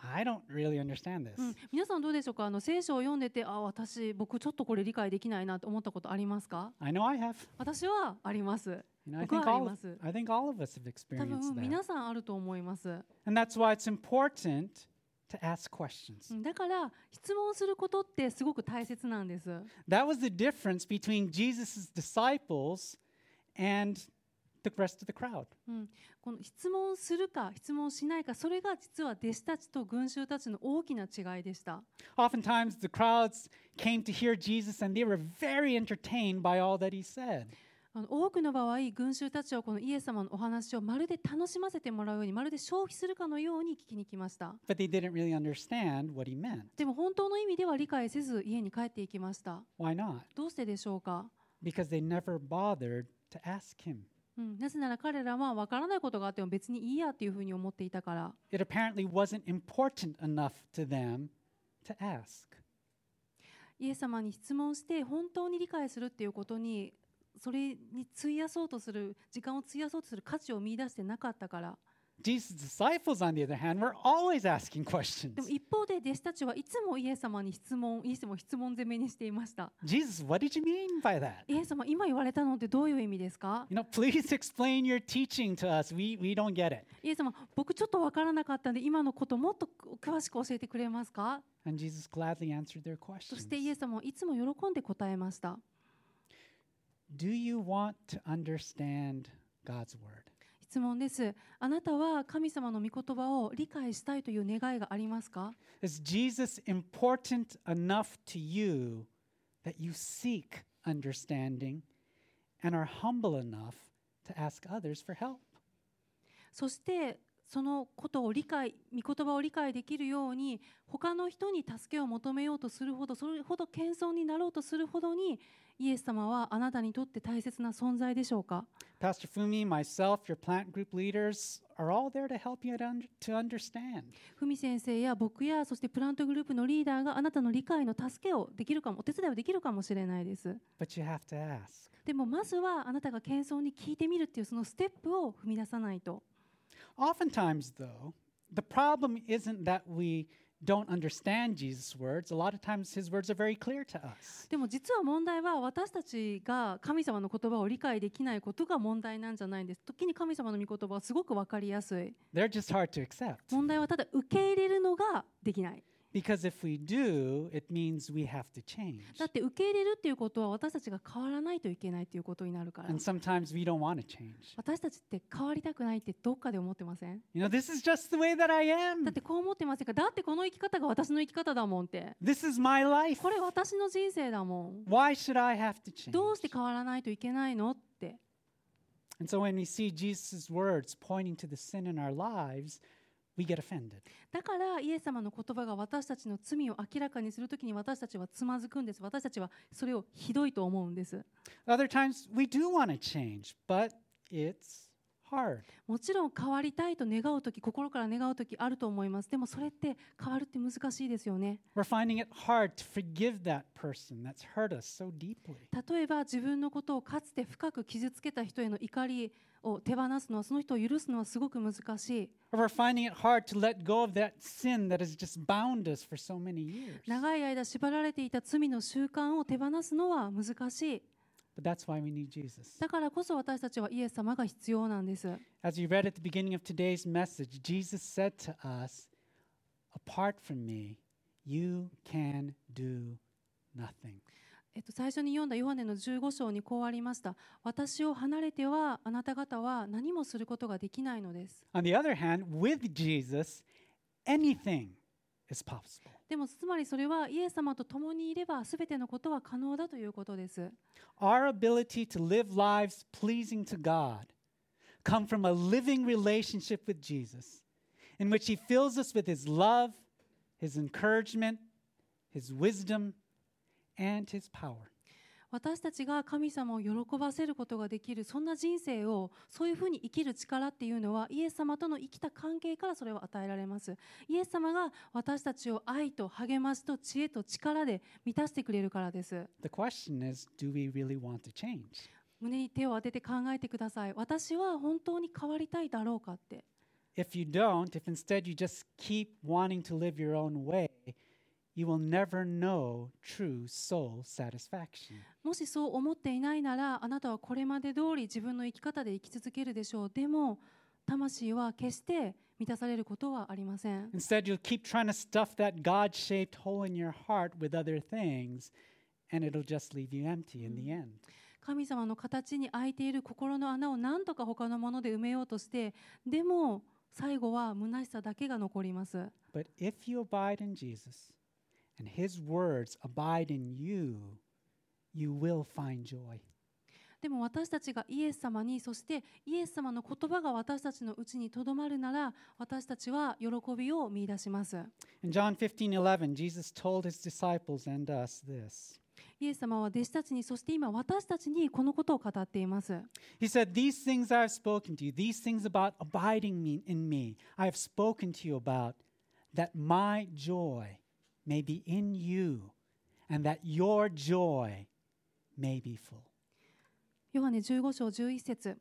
Speaker 1: I don't really understand
Speaker 2: う
Speaker 1: this?
Speaker 2: ん、皆さんどうでしょうかあの聖書を読んでてあ私僕ちょっとこれ理解できないなと思ったことありますか
Speaker 1: I know I have.
Speaker 2: 私はあります。
Speaker 1: You know, I
Speaker 2: 僕は
Speaker 1: think
Speaker 2: あり
Speaker 1: all
Speaker 2: ま
Speaker 1: of,
Speaker 2: す。
Speaker 1: I think all of us have
Speaker 2: 多分
Speaker 1: experienced
Speaker 2: 皆
Speaker 1: that.
Speaker 2: さんあると思います。
Speaker 1: And that's why it's important to ask questions.
Speaker 2: うんだから質問することってすごく大切なんです
Speaker 1: That was the difference between Jesus' disciples and the rest of the crowd.
Speaker 2: この質問するか質問しないかそれが実は弟子たちと群衆たちの大きな違いでした
Speaker 1: Oftentimes, the crowds came to hear Jesus and they were very entertained by all that he said.
Speaker 2: あの多くの場合群衆たちはこのイエス様のお話をまるで楽しませてもらうようにまるで消費するかのように聞きに来ました
Speaker 1: But they didn't really understand what he meant.
Speaker 2: でも本当の意味では理解せず家に帰っていきました
Speaker 1: Why not?
Speaker 2: どうしてでしょうか、
Speaker 1: Because they never bothered to ask him.
Speaker 2: うん、なぜなら彼らは分からないことがあっても別にいいやっていうふうに思っていたから
Speaker 1: It apparently wasn't important enough to them to ask.
Speaker 2: イエス様に質問して本当に理解するっていうことにそれに費やそうとする時間を費やそうとする価値を見出してなかったから
Speaker 1: Jesus' disciples, on the other hand, were always asking
Speaker 2: でも
Speaker 1: questions.
Speaker 2: 一方で弟子たちはいつもイエス様に質問イエス様を質問攻めにしていました
Speaker 1: Jesus, what did you mean by that?
Speaker 2: イエス様今言われたのってどういう意味ですか
Speaker 1: You know, please explain your teaching to us. We, we don't get it.
Speaker 2: イエス様僕ちょっとわからなかったんで今のこともっと詳しく教えてくれますか
Speaker 1: And Jesus gladly answered their
Speaker 2: そ
Speaker 1: questions.
Speaker 2: してイエス様はいつも喜んで答えました
Speaker 1: Do you want to understand God's word?
Speaker 2: 質問ですあなたは神様の御言葉を理解したいという願いがありますか
Speaker 1: Is Jesus important enough to you that you seek understanding and are humble enough to ask others for help.
Speaker 2: そしてそのことを理解御言葉を理解できるように他の人に助けを求めようとするほどそれほど謙遜になろうとするほどにイエス様はあなたにとって大切な存在でしょうか
Speaker 1: Pastor Fumi, myself, your plant group leaders are all there to help you to, under, to understand.
Speaker 2: 文先生や僕やそしてプラントグループのリーダーがあなたの理解の助けをできるかもお手伝いをできるかもしれないです
Speaker 1: But you have to ask.
Speaker 2: でもまずはあなたが謙遜に聞いてみるっていうそのステップを踏み出さないと
Speaker 1: Oftentimes, though, the problem isn't that we don't understand Jesus' words. A lot of times, his words are very clear to us.
Speaker 2: でも実は問題は私たちが神様の言葉を理解できないことが問題なんじゃないんです時に神様の御言葉はすごく分かりやすい
Speaker 1: They're just hard to accept.
Speaker 2: 問題はただ受け入れるのができない
Speaker 1: Because if we do, it means we have to change.
Speaker 2: だって受け入れるっていうことは私たちが変わらないといけないっていうことになるから
Speaker 1: And sometimes we don't want to change.
Speaker 2: 私たちって変わりたくないってどっかで思ってません
Speaker 1: You know, this is just the way that I
Speaker 2: だっ
Speaker 1: am.
Speaker 2: てこう思ってませんかだってこの生き方が私の生き方だもんって
Speaker 1: This is my life.
Speaker 2: これ私の人生だもん
Speaker 1: Why should I have to change?
Speaker 2: どうして変わらないといけないのって
Speaker 1: And so when we see Jesus' words pointing to the sin in our lives, we get offended.
Speaker 2: だからイエス様の言葉が私たちの罪を明らかにするときに私たちはつまずくんです私たちはそれをひどいと思うんです
Speaker 1: Other times we do want to change, but it's hard.
Speaker 2: もちろん変わりたいと願うとき心から願うときあると思いますでもそれって変わるって難しいですよね
Speaker 1: We're finding it hard to forgive that person that's hurt us so deeply.
Speaker 2: 例えば自分のことをかつて深く傷つけた人への怒りを手放すのはその人を許すのはすごく難しい
Speaker 1: Or we're finding it hard to let go of that sin that has just bound us for so many years.
Speaker 2: 長い間縛られていた罪の習慣を手放すのは難しい
Speaker 1: But that's why we need Jesus.
Speaker 2: だからこそ私たちはイエス様が必要なんです
Speaker 1: As you read at the beginning of today's message, Jesus said to us, Apart from me, you can do nothing.
Speaker 2: えっと、最初に読んだヨハネの15章にこうありました私を離れてはあなた方は何もすることができないのです
Speaker 1: On the other hand, with Jesus, anything is possible.
Speaker 2: でもつまりそれはイエス様と共にいれば全てのことは可能だということです
Speaker 1: Our ability to live lives pleasing to God come from a living relationship with Jesus in which he fills us with his love, his encouragement, his wisdom, and his power.
Speaker 2: 私たちが神様を喜ばせることができるそんな人生をそういうふうに生きる力っていうのはイエス様との生きた関係からそれは与えられますイエス様が私たちを愛と励ましと知恵と力で満たしてくれるからです
Speaker 1: The question is, do we really want to change?
Speaker 2: 胸に手を当てて考えてください私は本当に変わりたいだろうかって
Speaker 1: If you don't, if instead you just keep wanting to live your own way, you will never know true soul satisfaction.
Speaker 2: もしそう思っていないならあなたはこれまで通り自分の生き方で生き続けるでしょうでも魂は決して満たされることはありません
Speaker 1: Instead, you'll keep trying to stuff that God shaped hole in your heart with other things, and it'll just leave you empty in the end.
Speaker 2: 神様の形に開いている心の穴を何とか他のもので埋めようとしてでも最後は虚しさだけが残ります
Speaker 1: But if you abide in Jesus and his words abide in you, you will find joy.
Speaker 2: でも私たちがイエス様にそしてイエス様の言葉が私たちのうちにとどまるなら私たちは喜びを見出します
Speaker 1: In John 15 11, Jesus told his disciples and us this.
Speaker 2: イエス様は弟子たちにそして今私たちにこのことを語っています
Speaker 1: He said, These things I have spoken to you, these things about abiding me, in me, I have spoken to you about, that my joy may be in you, and that your joy may be full.
Speaker 2: ヨハネ15章11節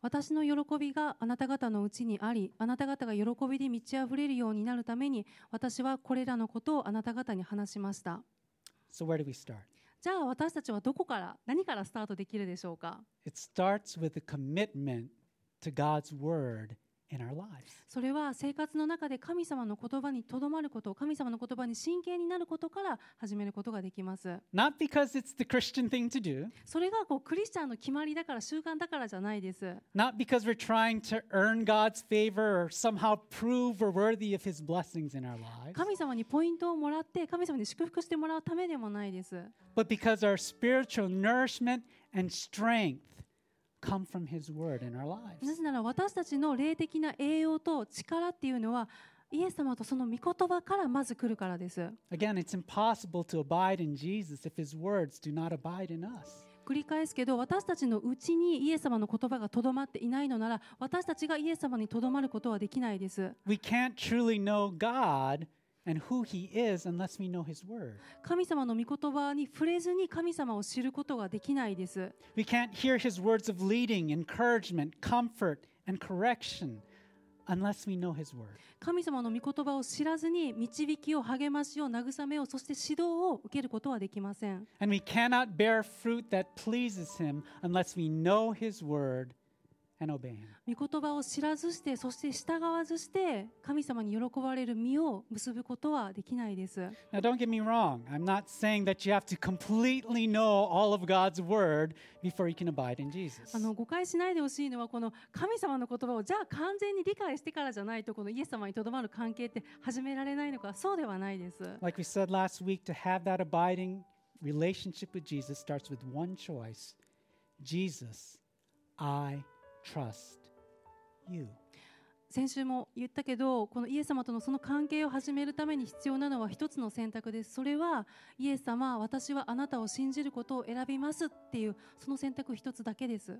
Speaker 2: 私の喜びがあなた方のうちにありあなた方が喜びで満ち溢れるようになるために私はこれらのことをあなた方に話しました
Speaker 1: So, where do we start?
Speaker 2: じゃあ私たちはどこから何からスタートできるでしょうか
Speaker 1: It starts with a commitment to God's word in our lives.
Speaker 2: それは生活の中で神様の言葉にとどまること神様の言葉に真剣になることから始めることができます
Speaker 1: Not because it's the Christian thing to do,
Speaker 2: それがこうクリスチャンの決まりだから習慣だからじゃないです
Speaker 1: not because we're trying to earn God's favor or somehow prove we're worthy of His blessings in our lives,
Speaker 2: 神様にポイントをもらって神様に祝福してもらうためでもないです
Speaker 1: but because our spiritual nourishment and strength come from His Word in our
Speaker 2: な
Speaker 1: lives.
Speaker 2: ぜなら私たちの霊的な栄養と力っていうのはイエス様とその御言葉からまず来るからです
Speaker 1: Again, it's impossible to abide in Jesus if His words do not abide in us.
Speaker 2: 繰り返すけど私たちのうちにイエス様の言葉がとどまっていないのなら私たちがイエス様にとどまることはできないです
Speaker 1: We can't truly know God and who He is unless we know His Word.
Speaker 2: 神様の御言葉に触れずに神様を知ることができないです
Speaker 1: We can't hear His words of leading, encouragement, comfort, and correction unless we know His Word.
Speaker 2: 神様の御言葉を知らずに導きを励ましを慰めをそして指導を受けることはできません
Speaker 1: And we cannot bear fruit that pleases Him unless we know His Word and obey Him.
Speaker 2: 御言葉を知らずしてそして従わずして神様に喜ばれる実を結ぶことはできないです
Speaker 1: Now, don't get me wrong. I'm not saying that you have to completely know all of God's Word before you can abide in Jesus.
Speaker 2: あの誤解しないでほしいのはこの神様の言葉をじゃあ完全に理解してからじゃないとこのイエス様にとどまる関係って始められないのかそうではないです
Speaker 1: Like we said last week, to have that abiding relationship with Jesus starts with one choice Jesus, I trust you.
Speaker 2: 先週も言ったけどこのイエス様とのその関係を始めるために必要なのは一つの選択ですそれはイエス様私はあなたを信じることを選びますっていうその選択一つだけです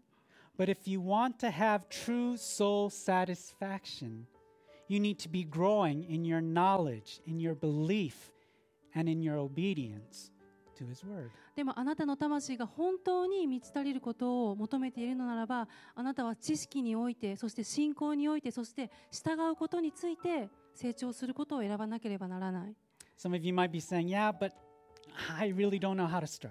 Speaker 1: But if you want to have true soul satisfaction, you need to be growing in your knowledge, in your belief, and in your obedience to His Word.
Speaker 2: でもあなたの魂が本当に満ち足りることを求めているのならばあなたは知識においてそして信仰においてそして従うことについて成長することを選ばなければならない、
Speaker 1: Some of you might be saying, Yeah, but I really don't know how to start.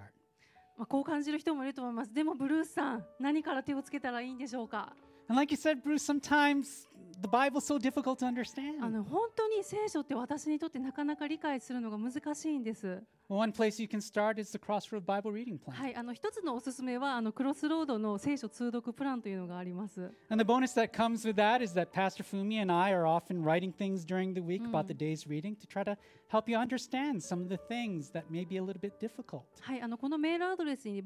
Speaker 2: まあ、こう感じる人もいると思いますでもブルースさん何から手をつけたらいいんでしょうか
Speaker 1: And like you said, Bruce, sometimes the Bible's so difficult to understand.
Speaker 2: あの本当に聖書って私にとってなかなか理解するのが難しいんです、
Speaker 1: Well, one place you can start is the Crossroad Bible Reading Plan.
Speaker 2: はい、あの一つのおすすめはあのクロスロードの聖書通読プランというのがあります
Speaker 1: And the bonus that comes with that is that Pastor Fumi and I are often writing things during the week about the day's reading to try to help you understand some of the things that may be a little bit difficult.
Speaker 2: はい、あのこのメールアドレスに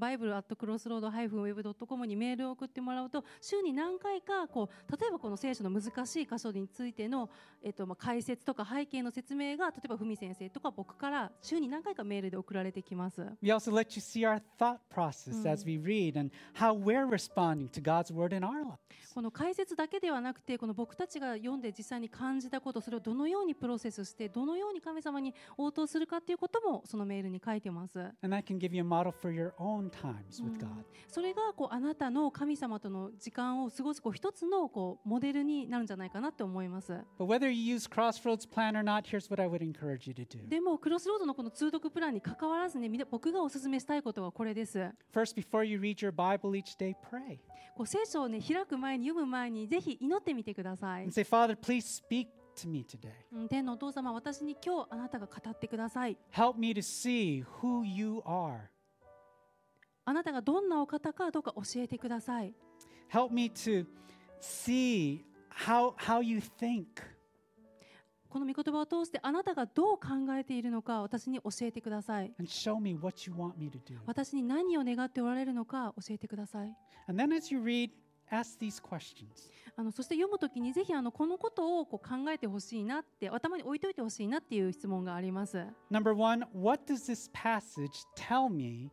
Speaker 2: bible.crossroad-web.com にメールを送ってもらうと週に何回かこう例えばこの聖書の難しい箇所についての、えっと、まあ解説とか背景の説明が例えばふみ先生とか僕から週に何回かメールで送られてきます。
Speaker 1: We also let you see our thought process as we read and how we're responding to God's word in our lives.
Speaker 2: この解説だけではなくてこの僕たちが読んで実際に感じたことそれをどのようにプロセスしてどのように神様に応答するかっていうこともそのメールに書いてます。
Speaker 1: And that can give you a model for your own times with God.
Speaker 2: それがこうあなたの神様との時間を過ごすこう一つのこうモデルになるんじゃないかなって思います
Speaker 1: But whether you use Crossroads Plan or not, here's what I would encourage you to do.
Speaker 2: でもクロスロードのこの通読プランに関わらずねみな僕がおすすめしたいことはこれです
Speaker 1: First, before you read your Bible each day, pray
Speaker 2: こう聖書をね開く前に読む前にぜひ祈ってみてください
Speaker 1: and say, Father, please speak to me today.
Speaker 2: うん天のお父様私に今日あなたが語ってください
Speaker 1: Help me to see who you are.
Speaker 2: あなたがどんなお方かどうか教えてください
Speaker 1: Help me to see how, how you think.
Speaker 2: この御言葉を通してあなたがどう考えているのか私に教えてください
Speaker 1: And show me what you want me to do.
Speaker 2: 私に何を願っておられるのか教えてください
Speaker 1: And then as you read, ask these questions
Speaker 2: あのそして読むときにぜひあのこのことをこう考えてほしいなって頭に置いといてほしいなっていう質問があります、
Speaker 1: Number one, what does this passage tell me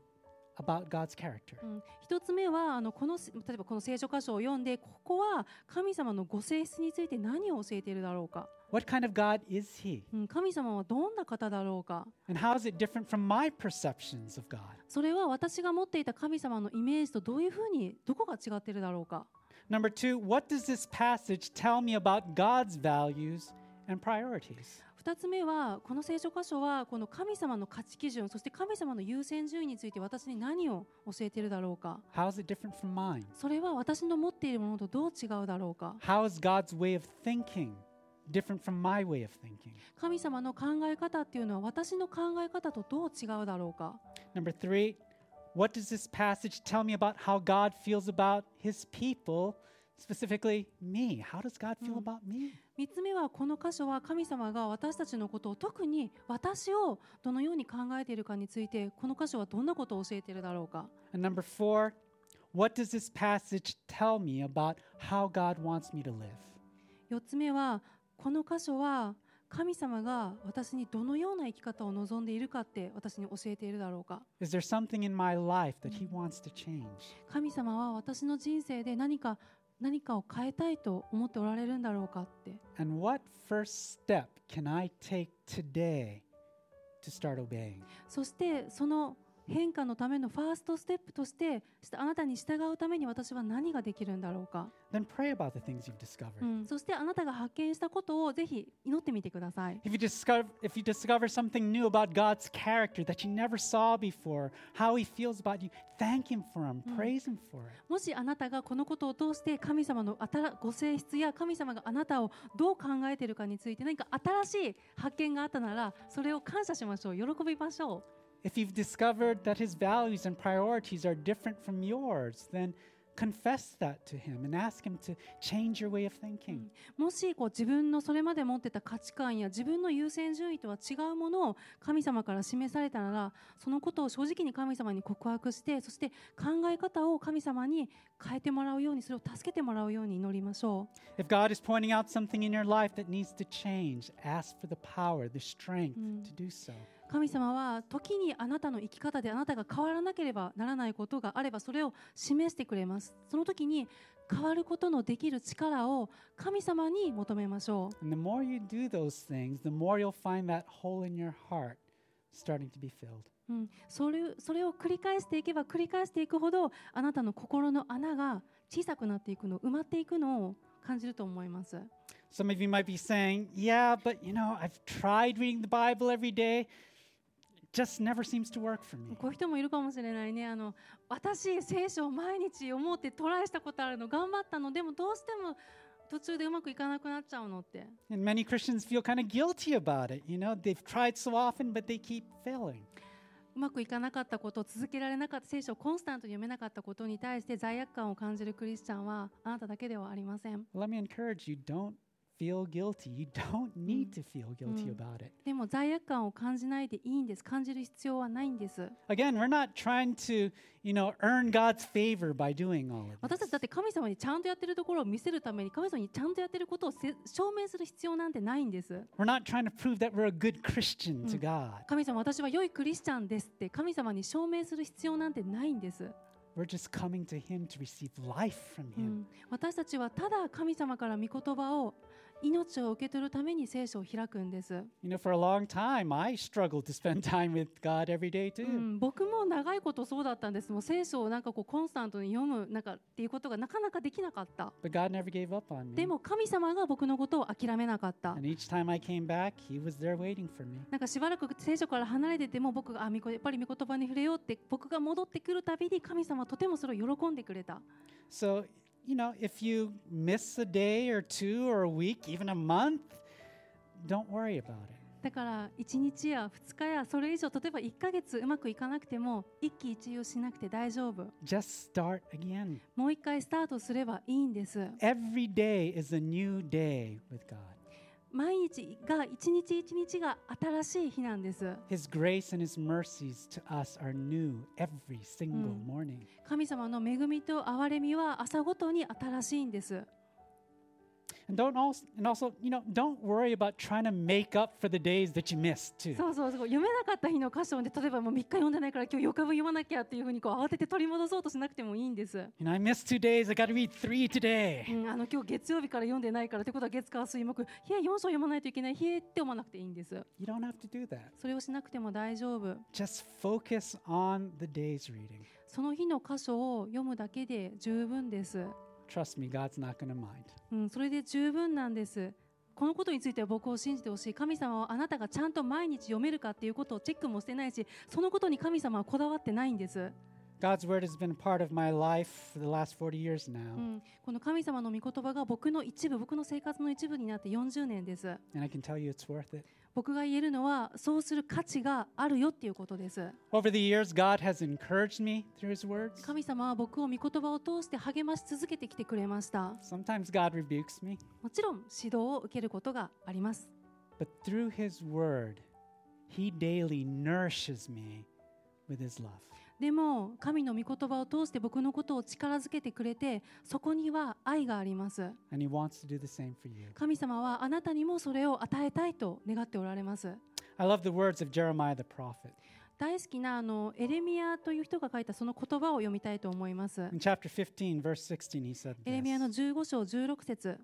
Speaker 1: about God's character?
Speaker 2: うん、一つ目はあのこのせ例えばこの聖書箇所を読んでここは神様のご性質について何を教えているだろうか、
Speaker 1: What kind of God is He?
Speaker 2: うん、神様はどんな方だろうか
Speaker 1: And how is it different from my perceptions of God?
Speaker 2: それは私が持っていた神様のイメージとどういうふうにどこが違っているだろうか
Speaker 1: Number two, what does this passage tell me about God's values and priorities?
Speaker 2: 二2つ目はこの聖書箇所はこの神様の価値基準そして神様の優先順位について私に何を教えているだろうか
Speaker 1: How is it different from mine?
Speaker 2: それは私の持っているものとどう違うだろうか
Speaker 1: How is God's way of thinking different from my way of thinking?
Speaker 2: 神様の考え方っていうのは私の考え方とどう違うだろうか
Speaker 1: Number three, what does this passage tell me about how God feels about his people, specifically me? How does God feel about me?
Speaker 2: 3つ目はこの箇所は神様が私たちのことを特に私をどのように考えているかについてこの箇所はどんなことを教えているだろうか
Speaker 1: And number four, what does this passage tell me about how God wants me to live?
Speaker 2: 4つ目はこの箇所は神様が私にどのような生き方を望んでいるかって私に教えているだろうか
Speaker 1: Is there something in my life that he wants to change?
Speaker 2: 神様は私の人生で何か何かを変えたいと思っておられるんだろうかって
Speaker 1: And what first step can I take today to start obeying?
Speaker 2: そしてその変化のためのファーストステップとしてしたあなたに従うために私は何ができるんだろうか、
Speaker 1: Then pray about the things you've discovered.
Speaker 2: うん、そしてあなたが発見したことをぜひ祈ってみてください
Speaker 1: If you discover if you discover something new about God's character that you never saw before, how he feels about you, thank him for him, praise him for it.
Speaker 2: もしあなたがこのことを通して神様の新ご性質や神様があなたをどう考えているかについて何か新しい発見があったならそれを感謝しましょう喜びましょう
Speaker 1: If you've discovered that his values and priorities are different from yours, then confess that to him and ask him to change your way of thinking.
Speaker 2: もしこう自分のそれまで持ってた価値観や自分の優先順位とは違うものを神様から示されたならそのことを正直に神様に告白してそして考え方を神様に変えてもらうようにそれを助けてもらうように祈りましょう。
Speaker 1: If God is pointing out something in your life that needs to change, ask for the power, the strength to do so.
Speaker 2: 神様は時にあなたの生き方であなたが変わらなければならないことがあればそれを示してくれますその時に変わることのできる力を神様に求めましょう
Speaker 1: And the more you do those things, the more you'll find that hole in your heart starting to be filled.
Speaker 2: うん、それそれを繰り返していけば繰り返していくほどあなたの心の穴が小さくなっていくの埋まっていくのを感じると思います、
Speaker 1: Some of you might be saying, yeah, but you know, I've tried reading the Bible every day. It just never seems to work for me.
Speaker 2: こういう人もいるかもしれないねあの私聖書を毎日思ってトライしたことあるの頑張ったのでもどうしても途中でうまくいかなくなっちゃうのって
Speaker 1: And many Christians feel kind of guilty about it. You know, they've tried so often, but they keep failing.
Speaker 2: うまくいかなかったこと続けられなかった聖書をコンスタントに読めなかったことに対して罪悪感を感じるクリスチャンはあなただけではありません
Speaker 1: Let me encourage you don't feel guilty. You don't need to feel guilty about it.
Speaker 2: でも罪悪感を感じないでいいんです感じる必要はないんです
Speaker 1: Again, we're not trying to, you know, earn God's favor by doing all of this.
Speaker 2: 私たちだって神様にちゃんとやってるところを見せるために神様にちゃんとやってることをせ証明する必要なんてないんです
Speaker 1: We're not trying to prove that we're a good Christian to God.
Speaker 2: 神様私は良いクリスチャンですって神様に証明する必要なんてないんです、
Speaker 1: We're just coming to Him to receive life from
Speaker 2: う
Speaker 1: Him.
Speaker 2: ん私たちはただ神様から御言葉を命を受け取るために聖書を開くんです、
Speaker 1: You know, for a long time, I struggled to spend time with God every day
Speaker 2: う
Speaker 1: too.
Speaker 2: ん、僕も長いことそうだったんですもう聖書をなんかこうコンスタントに読むなんかっていうことがなかなかできなかった、
Speaker 1: But God never gave up on me.
Speaker 2: でも神様が僕のことを諦めなかった、
Speaker 1: And each time I came back, He was there waiting for me.
Speaker 2: なんかしばらく聖書から離れてても僕があみこやっぱり御言葉に触れようって僕が戻ってくるたびに神様はとてもそれを喜んでくれた
Speaker 1: So, you know, if you miss a day or two or a week, even a month, don't worry about it.
Speaker 2: だから1日や2日やそれ以上例えば1ヶ月うまくいかなくても一喜一憂しなくて大丈夫
Speaker 1: Just start again.
Speaker 2: もう一回スタートすればいいんです
Speaker 1: Every day is a new day with God.
Speaker 2: 毎日が一日一日が新しい日なんです
Speaker 1: His grace and His mercies to us are new every single
Speaker 2: Mm.
Speaker 1: morning.
Speaker 2: 神様の恵みと憐れみは朝ごとに新しいんです
Speaker 1: And don't also, and also, you know, don't worry about trying to make up for the days that you missed too.
Speaker 2: そうそうそう読めなかった日の箇所で例えばもう3日読んでないから今日4日分読まなきゃっていうふうにこう慌てて取り戻そうとしなくてもいいんです、う
Speaker 1: You know, I missed two days. I got to read three today.
Speaker 2: ん、あの今日月曜日から読んでないからってことは月火水木ひえ4章読まないといけないひえって思わなくていいんです
Speaker 1: You don't have to do that.
Speaker 2: それをしなくても大丈夫
Speaker 1: Just focus on the day's reading.
Speaker 2: その日の箇所を読むだけで十分です、
Speaker 1: Trust me, God's not going to mind.
Speaker 2: うん、それで十分なんですこのことについては僕を信じてほしい神様はあなたがちゃんと毎日読めるかっていうことをチェックもしてないしそのことに神様はこだわってないんです、
Speaker 1: God's word has been a part of my life for the last 40 years
Speaker 2: う
Speaker 1: now,
Speaker 2: ん、この神様の御言葉が僕の一部僕の生活の一部になって40年です
Speaker 1: and I can tell you it's worth it.
Speaker 2: 僕が言えるのはそうする価値があるよっていうことです
Speaker 1: Over the years, God has encouraged me through his words.
Speaker 2: 神様は僕を御言葉を通して励まし続けてきてくれました
Speaker 1: Sometimes God rebukes me,
Speaker 2: もちろん指導を受けることがあります
Speaker 1: but through his word, he daily nourishes me with his love.
Speaker 2: でも神の御言葉を通して僕のことを力づけてくれてそこには愛があります
Speaker 1: And he wants to do the same for you.
Speaker 2: 神様はあなたにもそれを与えたいと願っておられます
Speaker 1: I love the words of Jeremiah the prophet.
Speaker 2: 大好きなあのエレミアという人が書いたその言葉を読みたいと思います
Speaker 1: In chapter 15, verse 16, he said
Speaker 2: エレミアの
Speaker 1: this,
Speaker 2: 15章16節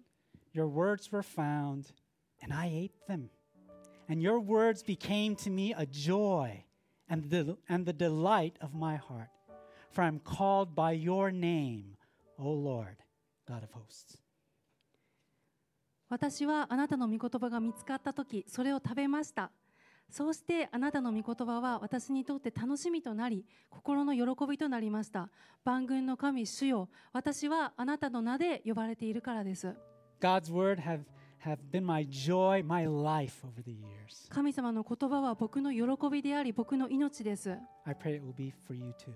Speaker 1: Your words were found, and I ate them. And your words became to me a joy and the, and the delight of my heart. For I'm called by your name, O Lord, God of hosts.
Speaker 2: 私はあなたの御言葉が見つかった時それを食べましたそうしてあなたの御言葉は私にとって楽しみとなり心の喜びとなりました万軍の神主よ私はあなたの名で呼ばれているからです
Speaker 1: God's word have, have been my joy, my life over the years.
Speaker 2: 神様の言葉は僕の喜びであり僕の命です
Speaker 1: I pray it will be for you too.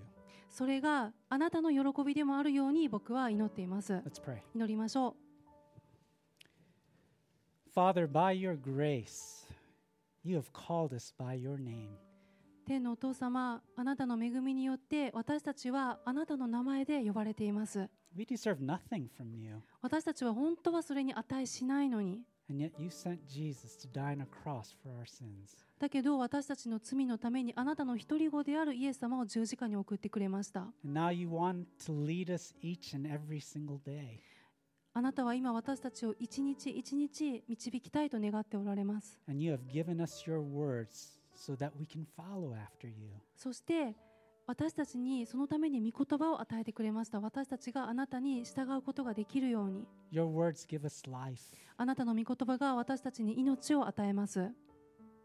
Speaker 2: それがあなたの喜びでもあるように僕は祈っています
Speaker 1: Let's pray.
Speaker 2: 祈りましょう
Speaker 1: Father, by your grace, you have called us by your name.
Speaker 2: 天のお父様あなたの恵みによって私たちはあなたの名前で呼ばれています
Speaker 1: We deserve nothing from you,
Speaker 2: 私たちは本当はそれに値しないのに
Speaker 1: and yet you sent Jesus to die on a cross for our sins.
Speaker 2: だけど私たちの罪のためにあなたの一人子であるイエス様を十字架に送ってくれました
Speaker 1: And now you want to lead us each and every single day.
Speaker 2: あなたは今私たちを一日一日導きたいと願っておられます
Speaker 1: And you have given us your words so that we can follow after you.
Speaker 2: そして私たちにそのために御言葉を与えてくれました私たちがあなたに従うことができるように
Speaker 1: Your words give us life,
Speaker 2: あなたの御言葉が私たちに命を与えます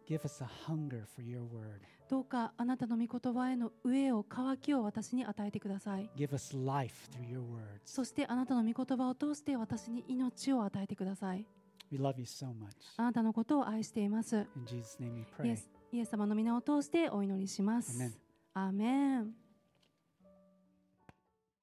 Speaker 1: give us a hunger for your word,
Speaker 2: どうかあなたの御言葉への飢えを渇きを私に与えてください
Speaker 1: give us life through your words.
Speaker 2: そしてあなたの御言葉を通して私に命を与えてください
Speaker 1: We love you so much.
Speaker 2: あなたのことを愛しています。
Speaker 1: In Jesus' name we
Speaker 2: イエ
Speaker 1: pray.
Speaker 2: スイエス様の皆を通してお祈りします。
Speaker 1: Amen.
Speaker 2: アーメン